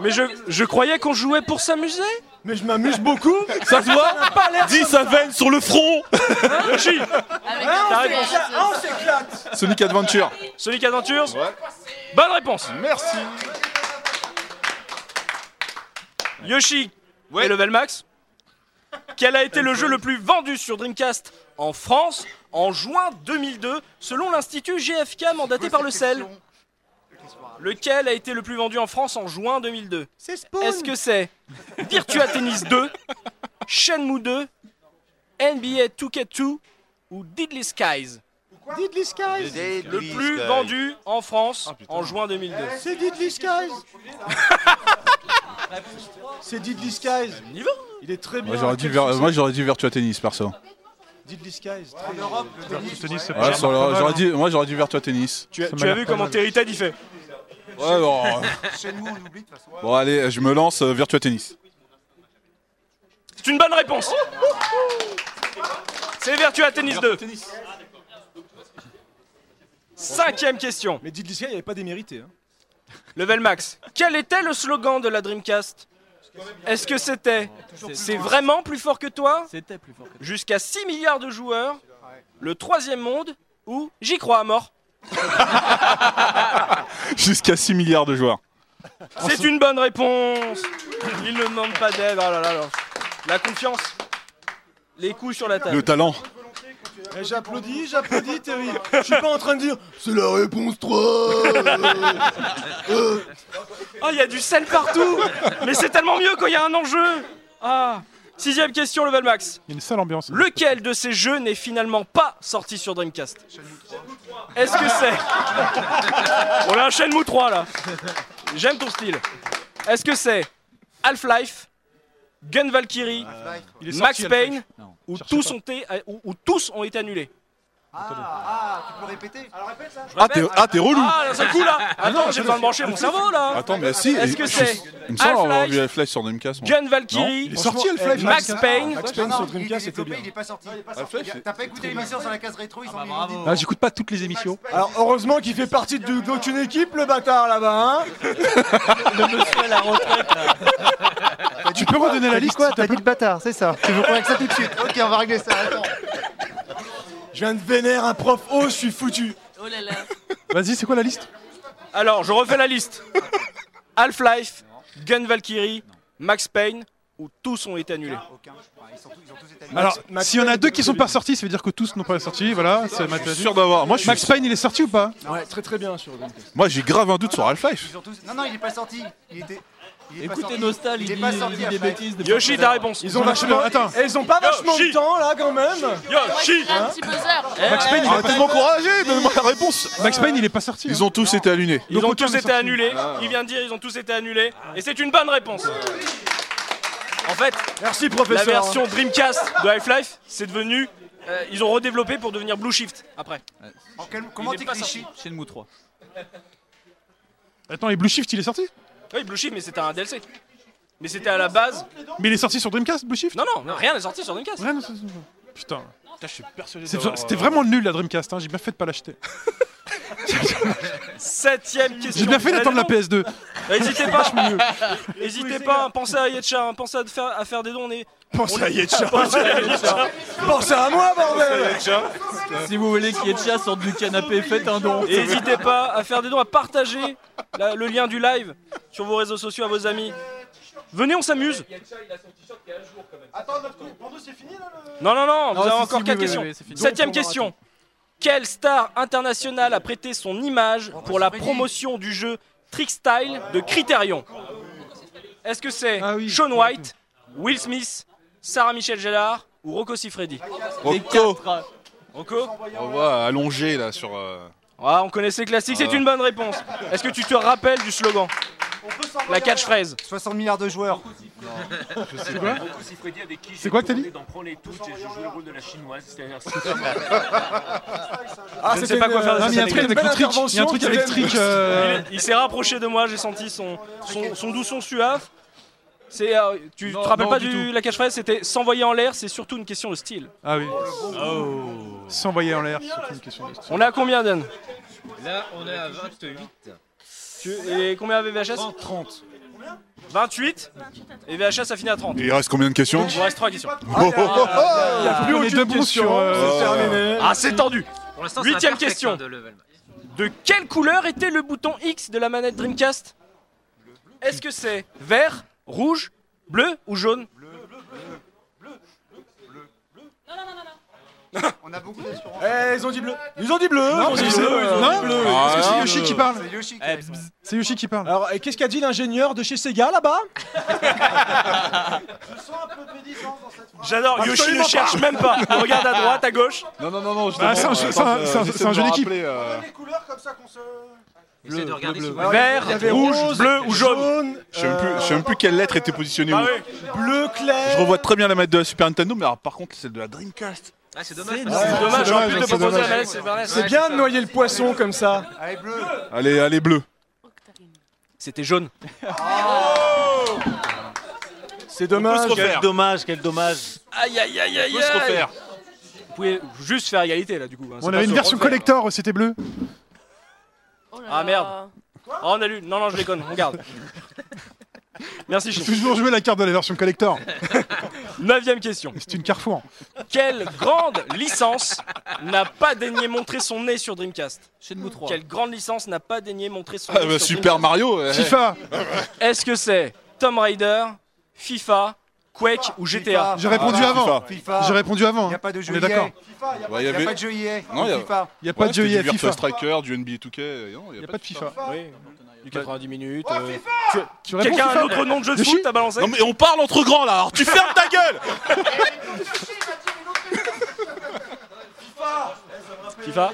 S1: Mais je, je croyais qu'on jouait pour s'amuser
S3: Mais je m'amuse beaucoup.
S7: Ça se voit Dis sa veine sur le front
S1: Yoshi
S10: Avec
S3: Ah,
S10: un
S1: Ta
S3: on
S10: peu de-
S1: réponse.
S3: s'éclate, ah, on s'éclate.
S7: Sonic Adventure.
S1: Sonic Adventures Bonne réponse
S7: Merci.
S1: Yoshi et Level Max. Quel a été le jeu le plus vendu sur Dreamcast en France en juin 2002 selon l'Institut GFK mandaté par le CEL Lequel a été le plus vendu en France en juin 2002
S9: C'est Spawn
S1: Est-ce que c'est Virtua Tennis 2, Shenmue 2, NBA 2K2 ou Deadly Skies
S9: Diddly Skies
S1: Le plus vendu en France en juin 2002.
S3: Eh,
S9: C'est Diddly Skies
S3: C'est Diddly Skies.
S1: Niveau
S3: Il est très bien.
S7: Moi j'aurais dû, ver- moi, j'aurais dû Virtua Tennis perso.
S3: Diddly Skies. très-
S8: Virtus Tennis, c'est
S7: Ouais,
S8: pas
S7: sur le-
S8: mal,
S7: j'aurais
S8: hein.
S7: dû, moi j'aurais dû Virtua Tennis.
S1: Tu, as-
S8: Ça
S1: tu
S8: m'a
S1: as
S8: l'air
S1: vu
S8: pas
S1: comment
S8: mal.
S1: Terry Ted, il fait
S7: Ouais, bon. Bon, allez, je me lance euh, Virtua Tennis.
S1: C'est une bonne réponse. C'est Virtua Tennis 2. Cinquième question.
S3: Mais Diddly Sky, il n'y avait pas démérité. Hein.
S1: Level Max, quel était le slogan de la Dreamcast Est-ce que c'était C'est vraiment plus fort que toi
S4: C'était plus fort que toi.
S1: Jusqu'à 6 milliards de joueurs, le troisième monde ou J'y crois à mort
S7: Jusqu'à 6 milliards de joueurs.
S1: C'est une bonne réponse Il ne demande pas d'aide. Oh là là là. La confiance, les coups sur la table.
S7: Le talent.
S3: Eh, J'applaudis, j'applaudis, Terry. Je suis pas en train de dire c'est la réponse 3. euh, euh.
S1: Oh, il y a du sel partout Mais c'est tellement mieux quand il y a un enjeu Ah Sixième question, level max.
S8: Il y a une sale ambiance.
S1: Lequel de ces jeux n'est finalement pas sorti sur Dreamcast Est-ce que c'est On a un Shenmue 3 là J'aime ton style. Est-ce que c'est Half-Life, Gun Valkyrie,
S8: Il est sorti,
S1: Max
S8: Half-Life.
S1: Payne,
S8: Non.
S1: où
S8: Cherchez
S1: tous, ont été, où- où tous ont été annulés
S9: Ah, tu peux répéter Alors répète ça.
S7: Ah, t'es- ah, t'es relou.
S1: Ah, d'un seul coup là
S7: Ah non,
S1: Attends, j'ai
S7: je-
S1: besoin de brancher mon cerveau là
S7: Attends, mais si.
S1: Est-ce
S7: je-
S1: que
S7: je-
S1: c'est
S7: Il me semble avoir
S1: Half-Life,
S7: vu Half-Life sur Dreamcast. moi.
S1: Gun Valkyrie,
S7: Non Il est sorti
S1: Franchement,
S3: Eh,
S7: Half-Life
S1: Max
S7: Dreamcast
S1: Payne,
S7: Max
S9: Non,
S7: Payne
S9: non,
S7: sur
S9: il est
S7: Dreamcast, c'était
S9: développé,
S7: bien.
S9: il est pas sorti.
S7: Half-Life, c'est-
S9: T'as pas écouté l'émission sur la case rétro, ils sont mis en
S8: Ah, j'écoute pas toutes les émissions.
S3: Alors heureusement qu'il fait partie de- d'aucune équipe le bâtard là-bas hein
S11: Le monsieur à la retraite,
S8: Tu peux redonner la liste
S11: quoi T'as dit le bâtard, c'est ça. Tu veux qu'on règle ça tout de suite Ok, on va régler ça. Attends.
S3: Je viens de vénère un prof oh je suis foutu
S10: Oh là là.
S8: Vas-y, c'est quoi la liste
S1: Alors, je refais la liste. Half-Life, Gun Valkyrie, Max Payne, où tous ont été annulés.
S8: Alors,
S1: Max
S8: s'il y en a
S1: Payne,
S8: deux qui sont pas sortis, ça veut dire que tous n'ont pas sorti. Voilà, c'est ma
S7: suis sûr d'avoir- moi, je suis
S8: Max
S7: sûr.
S8: Payne, il est sorti ou pas
S3: Ouais très très bien sur Dreamcast.
S7: Moi, j'ai grave un doute sur Half-Life.
S9: Ils ont tous- Non, non, il est pas sorti. Il était. Il est
S4: Écoutez
S9: pas sorti.
S4: Nostal,
S9: il
S4: il
S9: est pas
S4: dit-
S9: sorti.
S4: il dit
S9: à
S4: des
S9: Fly.
S4: bêtises.
S1: Yoshi, Yoshi, ta réponse.
S3: Ils ont vachement
S8: Attends.
S3: Eh, ils ont pas vachement
S1: Yoshi.
S3: de temps là quand même
S1: Yoshi
S10: Un petit buzzer.
S8: Max Payne, il est
S7: Arrêtez
S8: pas
S7: de m'encourager, donne-moi la réponse.
S8: Max Payne, il est pas sorti. hein.
S7: Ils ont tous été allumés.
S1: Ils ont
S8: Donc, aucun
S1: tous
S8: n'est
S1: été
S8: sorti.
S1: annulés. Il vient de dire ils ont tous été annulés. Et c'est une bonne réponse. En fait,
S3: Merci
S1: la
S3: professeur
S1: version Dreamcast de Half-Life, c'est devenu... euh, ils ont redéveloppé pour devenir Blue Shift après.
S9: En quel- Comment
S1: Il est pas
S9: t'écris
S4: Chez Mou 3.
S8: Attends, et Blue Shift, il est sorti
S1: Oui, Blue Shift, mais c'était un DLC. Mais c'était à la base.
S8: Mais il est sorti sur Dreamcast, Blue Shift
S1: Non, non, non, rien n'est sorti sur Dreamcast.
S8: Ouais, non, c'est- c'est- Putain.
S7: Putain, je suis persuadé
S8: C'est-
S7: d'avoir,
S8: C'était
S7: euh,
S8: vraiment nul la Dreamcast, hein, j'ai bien fait de pas l'acheter.
S1: Septième question.
S8: J'ai bien fait d'attendre la PS2.
S1: N'hésitez pas,
S8: Vachement mieux.
S1: n'hésitez pas, hein, pensez à Yetcha, hein, pensez à, de faire, à faire des dons, on est...
S3: Pensez à Yetcha Pensez à moi bordel
S4: Si vous voulez qu'il y ait de chat sorte du canapé, faites un don.
S1: Et N'hésitez pas à faire des dons, à partager la- le lien du live sur vos réseaux sociaux à vos amis. Venez, on s'amuse.
S9: Attends, notre coup. Pour nous, c'est fini là le...
S1: Non, non, non, vous
S4: Non,
S1: avez
S4: si,
S1: encore
S4: si,
S1: quatre
S4: oui, oui,
S1: questions.
S4: oui, c'est fini.
S1: Septième
S4: Donc, on va
S1: question. Quelle star internationale a prêté son image
S4: Oh,
S1: pour la promotion du jeu Trickstyle de Criterion Est-ce que c'est
S8: Ah oui.
S1: Sean White, Will Smith, Sarah Michel Gellar ou Rocco Siffredi
S7: Rocco.
S1: Rocco
S7: On voit allongé là sur. euh,
S1: Ah, on connaissait classique, c'est
S7: Ah.
S1: une bonne réponse. Est-ce que tu te rappelles du slogan La catchphrase.
S11: 60 milliards de joueurs.
S8: C'est quoi C'est quoi que t'as dit
S3: Ah,
S1: Je ne
S3: c'était
S1: sais pas quoi
S3: une-
S1: faire de
S8: Non,
S1: ça,
S8: mais il y a un
S1: c'est
S8: truc avec le
S3: belle
S8: trick. Il y a un truc
S3: intervention,
S8: avec
S3: tu
S8: trick. euh,
S1: Il s'est rapproché de moi, j'ai senti son, son, son doux son suave. C'est, euh, tu
S8: Non,
S1: te rappelles
S8: non,
S1: pas
S8: du
S1: du, la catchphrase C'était s'envoyer en l'air, c'est surtout une question de style.
S8: Ah oui. S'envoyer en l'air, c'est surtout une question de style.
S1: On est à combien, Dan
S12: Là, on est à 28.
S1: Tu- Et combien avait VHS
S12: 30.
S1: 28 Et VHS a fini à 30.
S7: Il reste combien de questions
S1: Il vous reste 3 questions.
S7: Oh, oh, oh, oh.
S3: Il y a plus
S8: On est
S3: aucune
S8: debout
S3: question,
S8: sur, euh,
S3: c'est terminé
S1: Ah, c'est tendu
S12: Pour l'instant, c'est un
S1: Huitième
S12: perfect,
S1: question.
S12: hein, de level.
S1: De quelle couleur était le bouton X de la manette Dreamcast Est-ce que c'est vert, rouge, bleu ou jaune
S9: On a beaucoup d'assurance.
S11: Ah,
S3: Eh ils ont dit bleu Ils ont dit bleu ils ont
S8: Non,
S3: dit
S8: parce que-
S3: bleu, euh,
S8: non,
S3: bleu.
S8: parce que c'est
S7: Ah,
S8: Yoshi
S7: le-
S8: qui parle.
S9: C'est Yoshi qui
S4: Eh,
S9: a
S4: psst,
S9: répondu.
S8: C'est Yoshi qui parle.
S3: Alors, et qu'est-ce qu'a dit l'ingénieur de chez Sega là-bas
S9: Je sens un peu de médisance dans cette phrase.
S1: J'adore, Yoshi ne cherche même pas. On regarde à droite, à gauche.
S7: Non, non, non, non, je
S8: Ah, c'est un-
S7: demande,
S8: c'est un-
S7: attends, euh,
S8: c'est un-
S7: j'essaie
S8: c'est un
S7: de
S8: jeu
S7: me
S8: d'équipe.
S7: rappeler, euh,
S9: les couleurs comme ça qu'on se.
S12: Essayez de regarder sous
S3: Alors, il y avait- il y avait
S1: Vert, rouge, bleu ou jaune
S7: Je sais même plus- je sais même plus quelle lettre était positionnée
S1: Bah
S7: où.
S1: oui.
S3: Bleu clair.
S7: Je revois très bien la manette de la Super Nintendo, mais alors, par contre, celle de la Dreamcast.
S12: Ah, c'est dommage.
S1: C'est dommage, j'aurais
S8: dommage, c'est
S1: pu te proposer la
S8: dommage.
S1: manette, c'est vrai.
S3: C'est bien de noyer le poisson comme ça.
S9: Allez, bleu.
S7: Allez, allez, bleu.
S1: C'était jaune.
S3: C'est dommage.
S7: refaire.
S2: dommage, quel dommage.
S1: Aïe aïe
S7: On
S1: aïe aïe
S7: peut se refaire.
S1: Vous pouvez juste faire égalité là du coup. hein, c'est
S8: On
S1: pas
S8: avait une
S1: sûr.
S8: version collector, c'était bleu.
S10: Oh là
S1: Ah
S10: là.
S1: merde. Ah, on a lu. Non, non, je déconne. On garde. Merci,
S8: J'ai
S1: Chine.
S8: toujours joué la carte de la version collector.
S1: Neuvième question.
S8: C'est une carrefour.
S1: Quelle grande licence n'a pas daigné montrer son nez sur Dreamcast
S4: Shenmue 3.
S1: Quelle grande licence n'a pas daigné montrer son
S7: Ah,
S1: nez
S7: bah,
S1: sur
S7: Super
S1: Dreamcast
S7: Mario, ouais. FIFA.
S1: Est-ce que c'est Tomb Raider, FIFA, Quake ou GTA
S8: J'ai répondu avant.
S13: FIFA.
S8: J'ai répondu avant.
S13: Y a pas de
S8: hein.
S13: jeu
S8: On est d'accord.
S13: FIFA, y a
S7: Bah,
S13: pas-
S7: y
S13: y a
S7: avait-
S13: pas de jeu EA,
S7: Non,
S13: y a
S7: y a-
S13: FIFA.
S8: Y a pas de
S7: Ouais,
S8: jeu
S7: c'était
S8: EA,
S7: du Virtua
S8: FIFA.
S7: Striker, du NBA 2K, euh, non, y a, pas de FIFA.
S1: Oui. Du 90 minutes. euh,
S8: tu-
S7: réponds
S1: Quelqu'un a
S7: FIFA
S1: un autre nom de jeu de
S7: Le
S1: foot
S7: chi-
S1: à balancer
S7: Non, mais on parle entre grands là, alors tu fermes ta gueule
S1: FIFA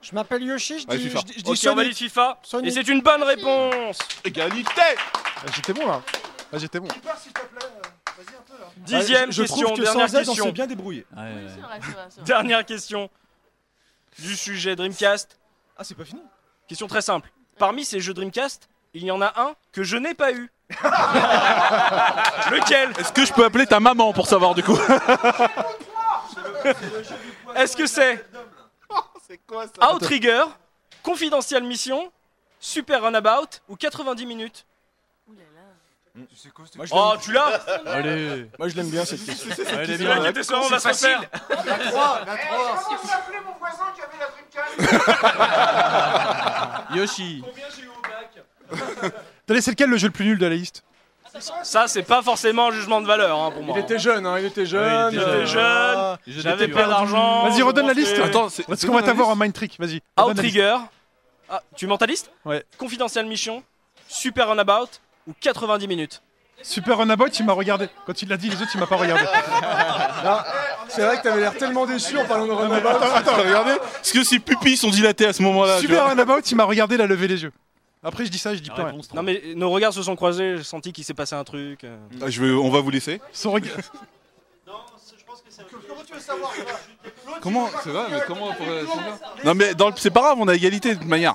S14: Je m'appelle Yoshi, je
S1: Ouais,
S14: dis,
S1: FIFA.
S14: je dis- je dis
S1: Ok, on
S14: Sonic.
S1: valide FIFA.
S14: Sonic.
S1: Et c'est une bonne réponse
S8: Bah,
S7: Égalité
S8: Ah, J'étais bon là. Ah, J'étais bon. Ah,
S1: Dixième
S8: je- je trouve
S1: question,
S8: que
S1: dernière
S8: sans aide, on
S1: question.
S8: s'est bien débrouillé.
S1: Dernière question du sujet Dreamcast.
S3: Ah, c'est pas fini
S1: Question très simple. Parmi ces jeux Dreamcast, il y en a un que je n'ai pas eu. Lequel
S7: Est-ce que je peux appeler ta maman pour savoir du coup
S1: Est-ce que c'est
S9: C'est quoi ça
S1: Outrigger, Confidential Mission, Super Runabout ou 90 minutes Oh, tu l'as
S4: Allez.
S8: Moi je l'aime bien cette
S4: question.
S1: Elle est
S4: est
S1: bien.
S4: bien.
S7: Oh,
S1: T'es sûr, on va se refaire.
S9: La
S1: croix,
S9: la
S1: croix.
S9: Comment s'appelait mon voisin qui avait la
S4: Yoshi.
S8: T'as laissé lequel le jeu le plus nul de la liste
S1: Ça, c'est pas forcément un jugement de valeur hein, pour moi.
S8: Il était
S3: jeune, hein, il était
S8: jeune,
S1: il était
S8: euh,
S1: jeune, j'avais pas d'argent.
S8: Vas-y, redonne la liste.
S1: Attends, c'est-
S8: Parce
S1: c'est
S8: qu'on va
S1: dans la
S8: t'avoir en
S1: liste
S8: mind trick. Vas-y. redonne la liste.
S1: Outrigger, ah, tu mentaliste
S8: Ouais.
S1: Confidential Mission, Super Runabout ou 90 minutes
S8: Super Runabout, il m'a regardé. Quand il l'a dit, les autres, il m'a pas regardé.
S3: C'est vrai que t'avais l'air tellement déçu en parlant de Runabout.
S8: Attends, attends, regardez.
S7: Est-ce que ses pupilles sont dilatées à ce moment-là tu
S8: Super
S7: vois
S8: Runabout, il m'a regardé, il a levé les yeux. Après, je dis ça, je dis pas rien.
S1: Non mais nos regards se sont croisés, j'ai senti qu'il s'est passé un truc. euh.
S7: Ah, je vais- On va vous laisser.
S8: Son regard.
S9: Comment tu veux savoir
S7: Comment C'est vrai, mais comment Non, mais dans le- c'est pas grave, on a égalité de toute manière.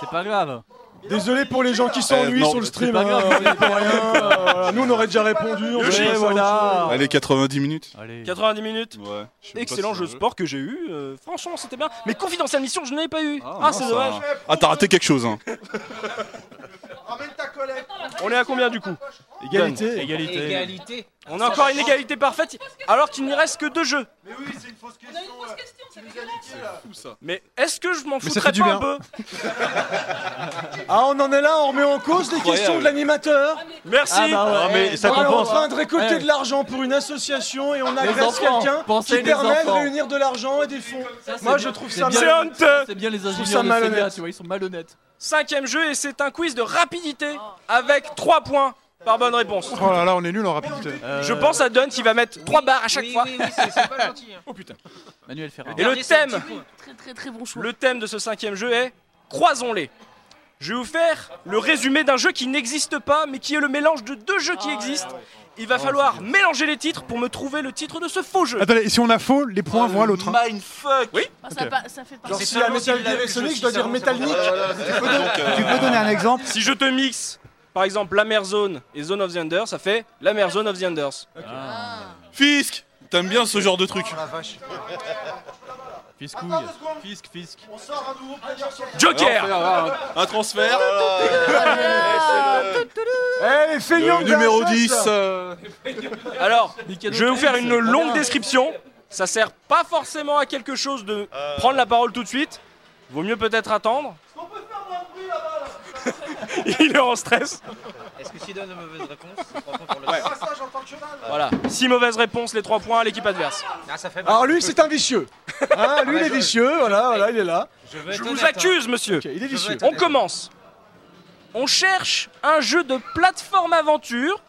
S4: C'est pas grave.
S3: Désolé pour les gens qui
S7: Euh,
S3: s'ennuient
S7: non,
S3: sur le
S7: c'est
S3: stream.
S7: pas
S3: hein,
S7: grave.
S3: on est pour rien, euh, voilà. Nous, on aurait déjà répondu. On
S1: Yoshi,
S3: serait-
S1: voilà.
S7: Allez, 90 minutes.
S1: 90 minutes
S7: Ouais.
S1: Excellent jeu de sport que j'ai eu, euh, franchement c'était bien. Mais Confidential Mission, je n'avais pas eu. Ah,
S7: Ah,
S1: c'est
S7: ça-
S1: dommage.
S7: Ah, t'as raté quelque chose, hein.
S9: Ramène ta collègue.
S1: On est à combien du coup
S7: Égalité.
S1: Donne.
S7: Égalité.
S9: Égalité.
S1: On a encore une égalité parfaite alors qu'il n'y reste que deux jeux.
S9: Mais oui, c'est une fausse question. ouais. Tu nous as niqué, là.
S1: Mais est-ce que je m'en
S3: Mais ça
S1: foutrais
S3: fait du
S1: pas un
S3: bien.
S1: peu
S3: Ah, on en est là, on remet en cause les
S1: Incroyable.
S3: questions de l'animateur.
S1: Merci. Ah bah ouais. Ah, mais ça
S3: Voilà,
S1: compense.
S3: On est en train de récolter
S1: Ouais.
S3: de l'argent pour une association et on
S4: Les
S3: agresse
S4: enfants.
S3: quelqu'un
S4: Pensez
S3: qui
S4: les
S3: permet de
S4: enfants.
S3: réunir de l'argent et des fonds.
S4: c'est
S3: Moi,
S4: bien-
S3: je trouve
S4: c'est
S3: ça
S4: bien-
S3: malhonnête.
S4: ça, c'est bien les
S3: Je trouve
S4: ingénieurs
S3: ça
S4: de Sega,
S3: malhonnête.
S4: tu vois, ils sont malhonnêtes.
S1: Cinquième jeu et c'est un quiz de rapidité avec 3 points par bonne réponse.
S8: Oh là là, on est nul en rapidité.
S3: Euh.
S1: Je pense à Dunn qui va mettre 3 barres à chaque fois.
S12: hein.
S4: Oh putain. Manuel Ferrand.
S1: Et le thème,
S10: Très très très bon choix.
S1: le thème de ce cinquième jeu est Croisons-les. Je vais vous faire le résumé d'un jeu qui n'existe pas, mais qui est le mélange de deux jeux qui existent. Il va falloir mélanger les titres pour me trouver le titre de ce faux jeu.
S8: Attendez, et si on a faux, les points vont à l'autre. hein.
S1: Mindfuck Oui
S10: Ah, ça,
S8: Ok.
S10: pa- ça fait partie.
S3: Genre, si la Metal Gear est Sonic, je dois dire Metal Nick.
S1: Tu peux donner un exemple Si je te mixe, par exemple, la mer zone et Zone of the Enders, ça fait la mer zone of the Enders. Ah.
S7: Fisk T'aimes bien ce genre de truc
S9: Oh,
S4: Fiscouille. Fisc, fisc.
S9: On sort un nouveau player sur le-
S7: Joker Un transfert
S3: Eh, les feignants
S7: Le
S3: de la
S7: numéro
S3: chasse.
S7: 10, euh,
S1: Alors,
S3: Nicolas
S1: je vais vous faire
S3: Cage,
S1: une
S3: c'est pas
S1: longue
S3: bien.
S1: description. Ça sert pas forcément à quelque chose de prendre la parole tout de suite. Vaut mieux peut-être attendre. Il est en stress.
S12: Est-ce que s'il donne la mauvaise réponse, c'est trois points pour le
S9: Ah, ça, j'entends le cheval.
S1: Voilà. Six mauvaises réponses, les trois points à l'équipe adverse.
S12: Ah, ça fait mal.
S3: Alors, lui, c'est un vicieux. Hein, lui, il est vicieux. Voilà, voilà, il est là.
S12: veux
S1: Je
S12: être
S1: vous
S12: honnête,
S1: accuse,
S12: hein.
S1: monsieur.
S3: il est
S12: Je veux être
S1: On
S12: honnête.
S1: commence. On cherche un jeu de plateforme aventure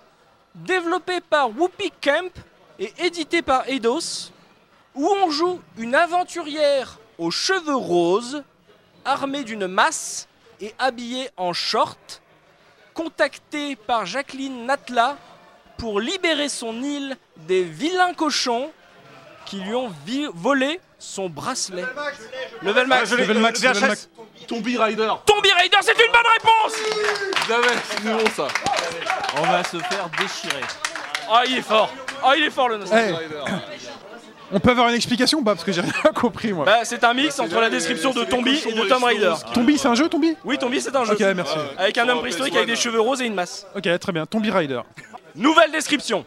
S1: développé par Whoopi Camp et édité par Eidos où on joue une aventurière aux cheveux roses armée d'une masse et habillée en short contactée par Jacqueline Natla pour libérer son île des vilains cochons qui lui ont vi- volé son bracelet. Level
S7: Ah,
S1: max,
S7: je l'ai, Level max, level max.
S1: Tombi Rider. Tombi Rider, c'est une bonne réponse
S4: C'est nouveau ça. On va se faire déchirer.
S1: Ah, il est fort. Ah, il est fort le nostalgie.
S8: Eh. On peut avoir une explication ou pas Parce que j'ai rien compris moi.
S1: Bah, c'est un mix entre la description de Tombi et de Tom Raider.
S8: Tombi, c'est un jeu, Tombi
S1: Oui, Tombi, c'est un jeu.
S8: Ok, merci.
S1: Avec un homme préhistorique avec des cheveux roses et une masse.
S8: Ok, très bien. Tombi Rider.
S1: Nouvelle description.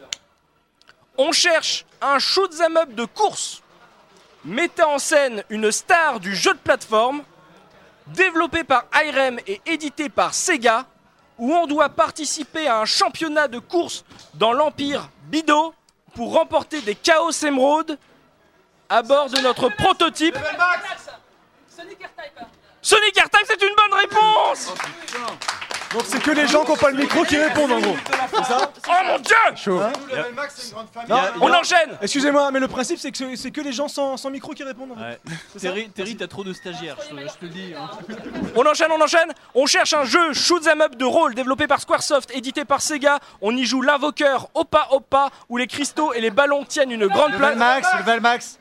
S1: On cherche un shoot'em up de course mettant en scène une star du jeu de plateforme, développé par IREM et édité par Sega, où on doit participer à un championnat de course dans l'Empire Bido pour remporter des Chaos Emerald à bord de notre prototype.
S5: Sonic Airtype.
S1: Sonic Airtime, c'est une bonne réponse
S3: Donc c'est que les gens qui n'ont pas le micro qui répondent en gros. C'est ça
S1: Oh mon dieu
S3: Chaud.
S1: Hein
S3: Nous, level max, c'est une grande famille.
S1: Non, on enchaîne
S3: Excusez-moi, mais le principe c'est que c'est que les gens sans, sans micro qui répondent. en fait. C'est ça
S4: Terry, Terry, t'as trop de stagiaires, je te, je te le dis. hein.
S1: On enchaîne, on enchaîne. On cherche un jeu shoot 'em up de rôle développé par Squaresoft, édité par Sega. On y joue l'invoqueur Opa Opa, où les cristaux et les ballons tiennent une grande place.
S13: Level max, level max.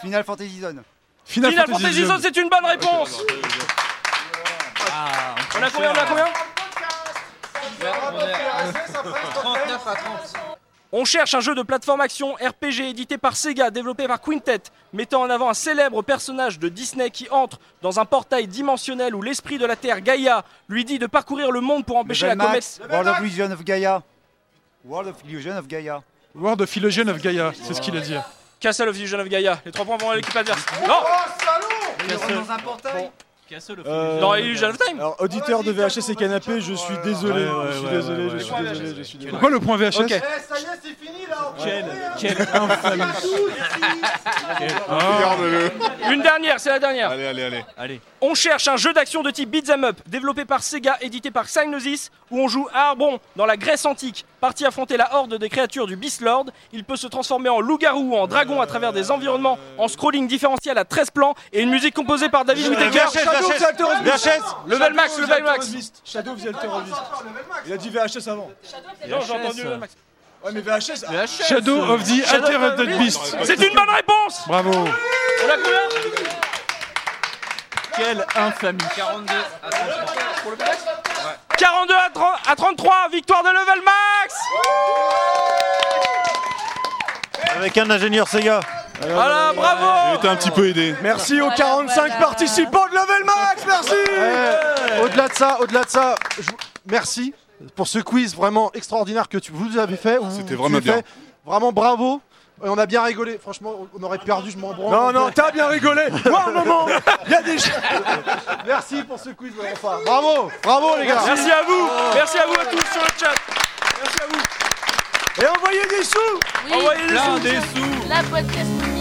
S13: Final Fantasy Zone.
S1: Final, Fantasy Zone, c'est une bonne réponse. on a combien, on a combien
S12: à 30.
S1: On cherche un jeu de plateforme action RPG édité par Sega, développé par Quintet, mettant en avant un célèbre personnage de Disney qui entre dans un portail dimensionnel où l'esprit de la Terre, Gaïa, lui dit de parcourir le monde pour empêcher
S13: Level
S1: la
S13: max.
S1: comète.
S13: World of Illusion of Gaia. World of Illusion of Gaia.
S8: World of Illusion of Gaia, c'est ce qu'il a dit.
S1: Castle of Illusion of Gaia. Les trois points vont à l'équipe adverse. Non
S12: Dans un portail. Casse-le.
S3: Euh,
S1: Dans Illusion of Time
S3: Alors, auditeur de VHS et canapé, je suis désolé,
S8: Ouais, ouais,
S3: je suis
S8: ouais,
S3: désolé,
S8: ouais,
S3: je
S8: ouais,
S3: suis
S8: ouais.
S3: désolé, je suis désolé.
S8: Pourquoi le point VHS
S3: Ok.
S14: Eh, ça y est, c'est fini là. on
S3: Quel-
S14: peut y aller, hein.
S3: quel
S14: C'est
S3: infâme.
S14: pas tout, c'est fini.
S8: Ah.
S1: Une dernière, c'est la dernière.
S7: Allez, allez, allez.
S4: Allez.
S1: On cherche un jeu d'action de type Beat'em Up, développé par Sega, édité par Psygnosis, où on joue à Arbon, dans la Grèce antique. Parti affronter la horde des créatures du Beast Lord, il peut se transformer en loup-garou ou en dragon à travers des environnements, en scrolling différentiel à 13 plans, et une musique composée par David Whittaker.
S3: VHS, Shadow of the Alter Horizon.
S1: Level max,
S3: Shadow of
S1: level
S3: the Alter
S1: max
S3: Horizon. Shadow of the Alter Horizon. Il a dit VHS avant.
S1: Non, j'ai entendu level max.
S3: Ouais, mais VHS. ah.
S8: Shadow of the
S3: Shadow of
S8: Altered Beast.
S1: C'est une bonne réponse
S8: Bravo.
S1: On a combien
S4: Quelle infamie.
S12: 42 à 30.
S1: 42 à, 30 à 33, victoire de Level Max
S2: Avec un ingénieur Sega.
S1: Voilà, bravo
S7: J'ai été un petit peu aidé.
S3: Merci aux 45 participants de Level Max, merci
S11: Eh, Au-delà de ça, au-delà de ça, je vous- merci pour ce quiz vraiment extraordinaire que tu vous avez fait. vous-
S7: C'était
S11: tu
S7: vraiment
S11: l'as fait.
S7: bien.
S11: Vraiment bravo. Et on a bien rigolé. Franchement, on aurait perdu, je m'en branle.
S3: Non, non, t'as bien rigolé Moi, un moment Il y a des gens-
S11: Merci pour ce quiz. ouais, enfin, bravo, bravo les gars.
S1: Merci à vous Merci à vous à tous sur le chat
S3: Et envoyez des sous
S10: Oui,
S1: Envoyez des
S10: plein
S1: sous
S10: La podcast.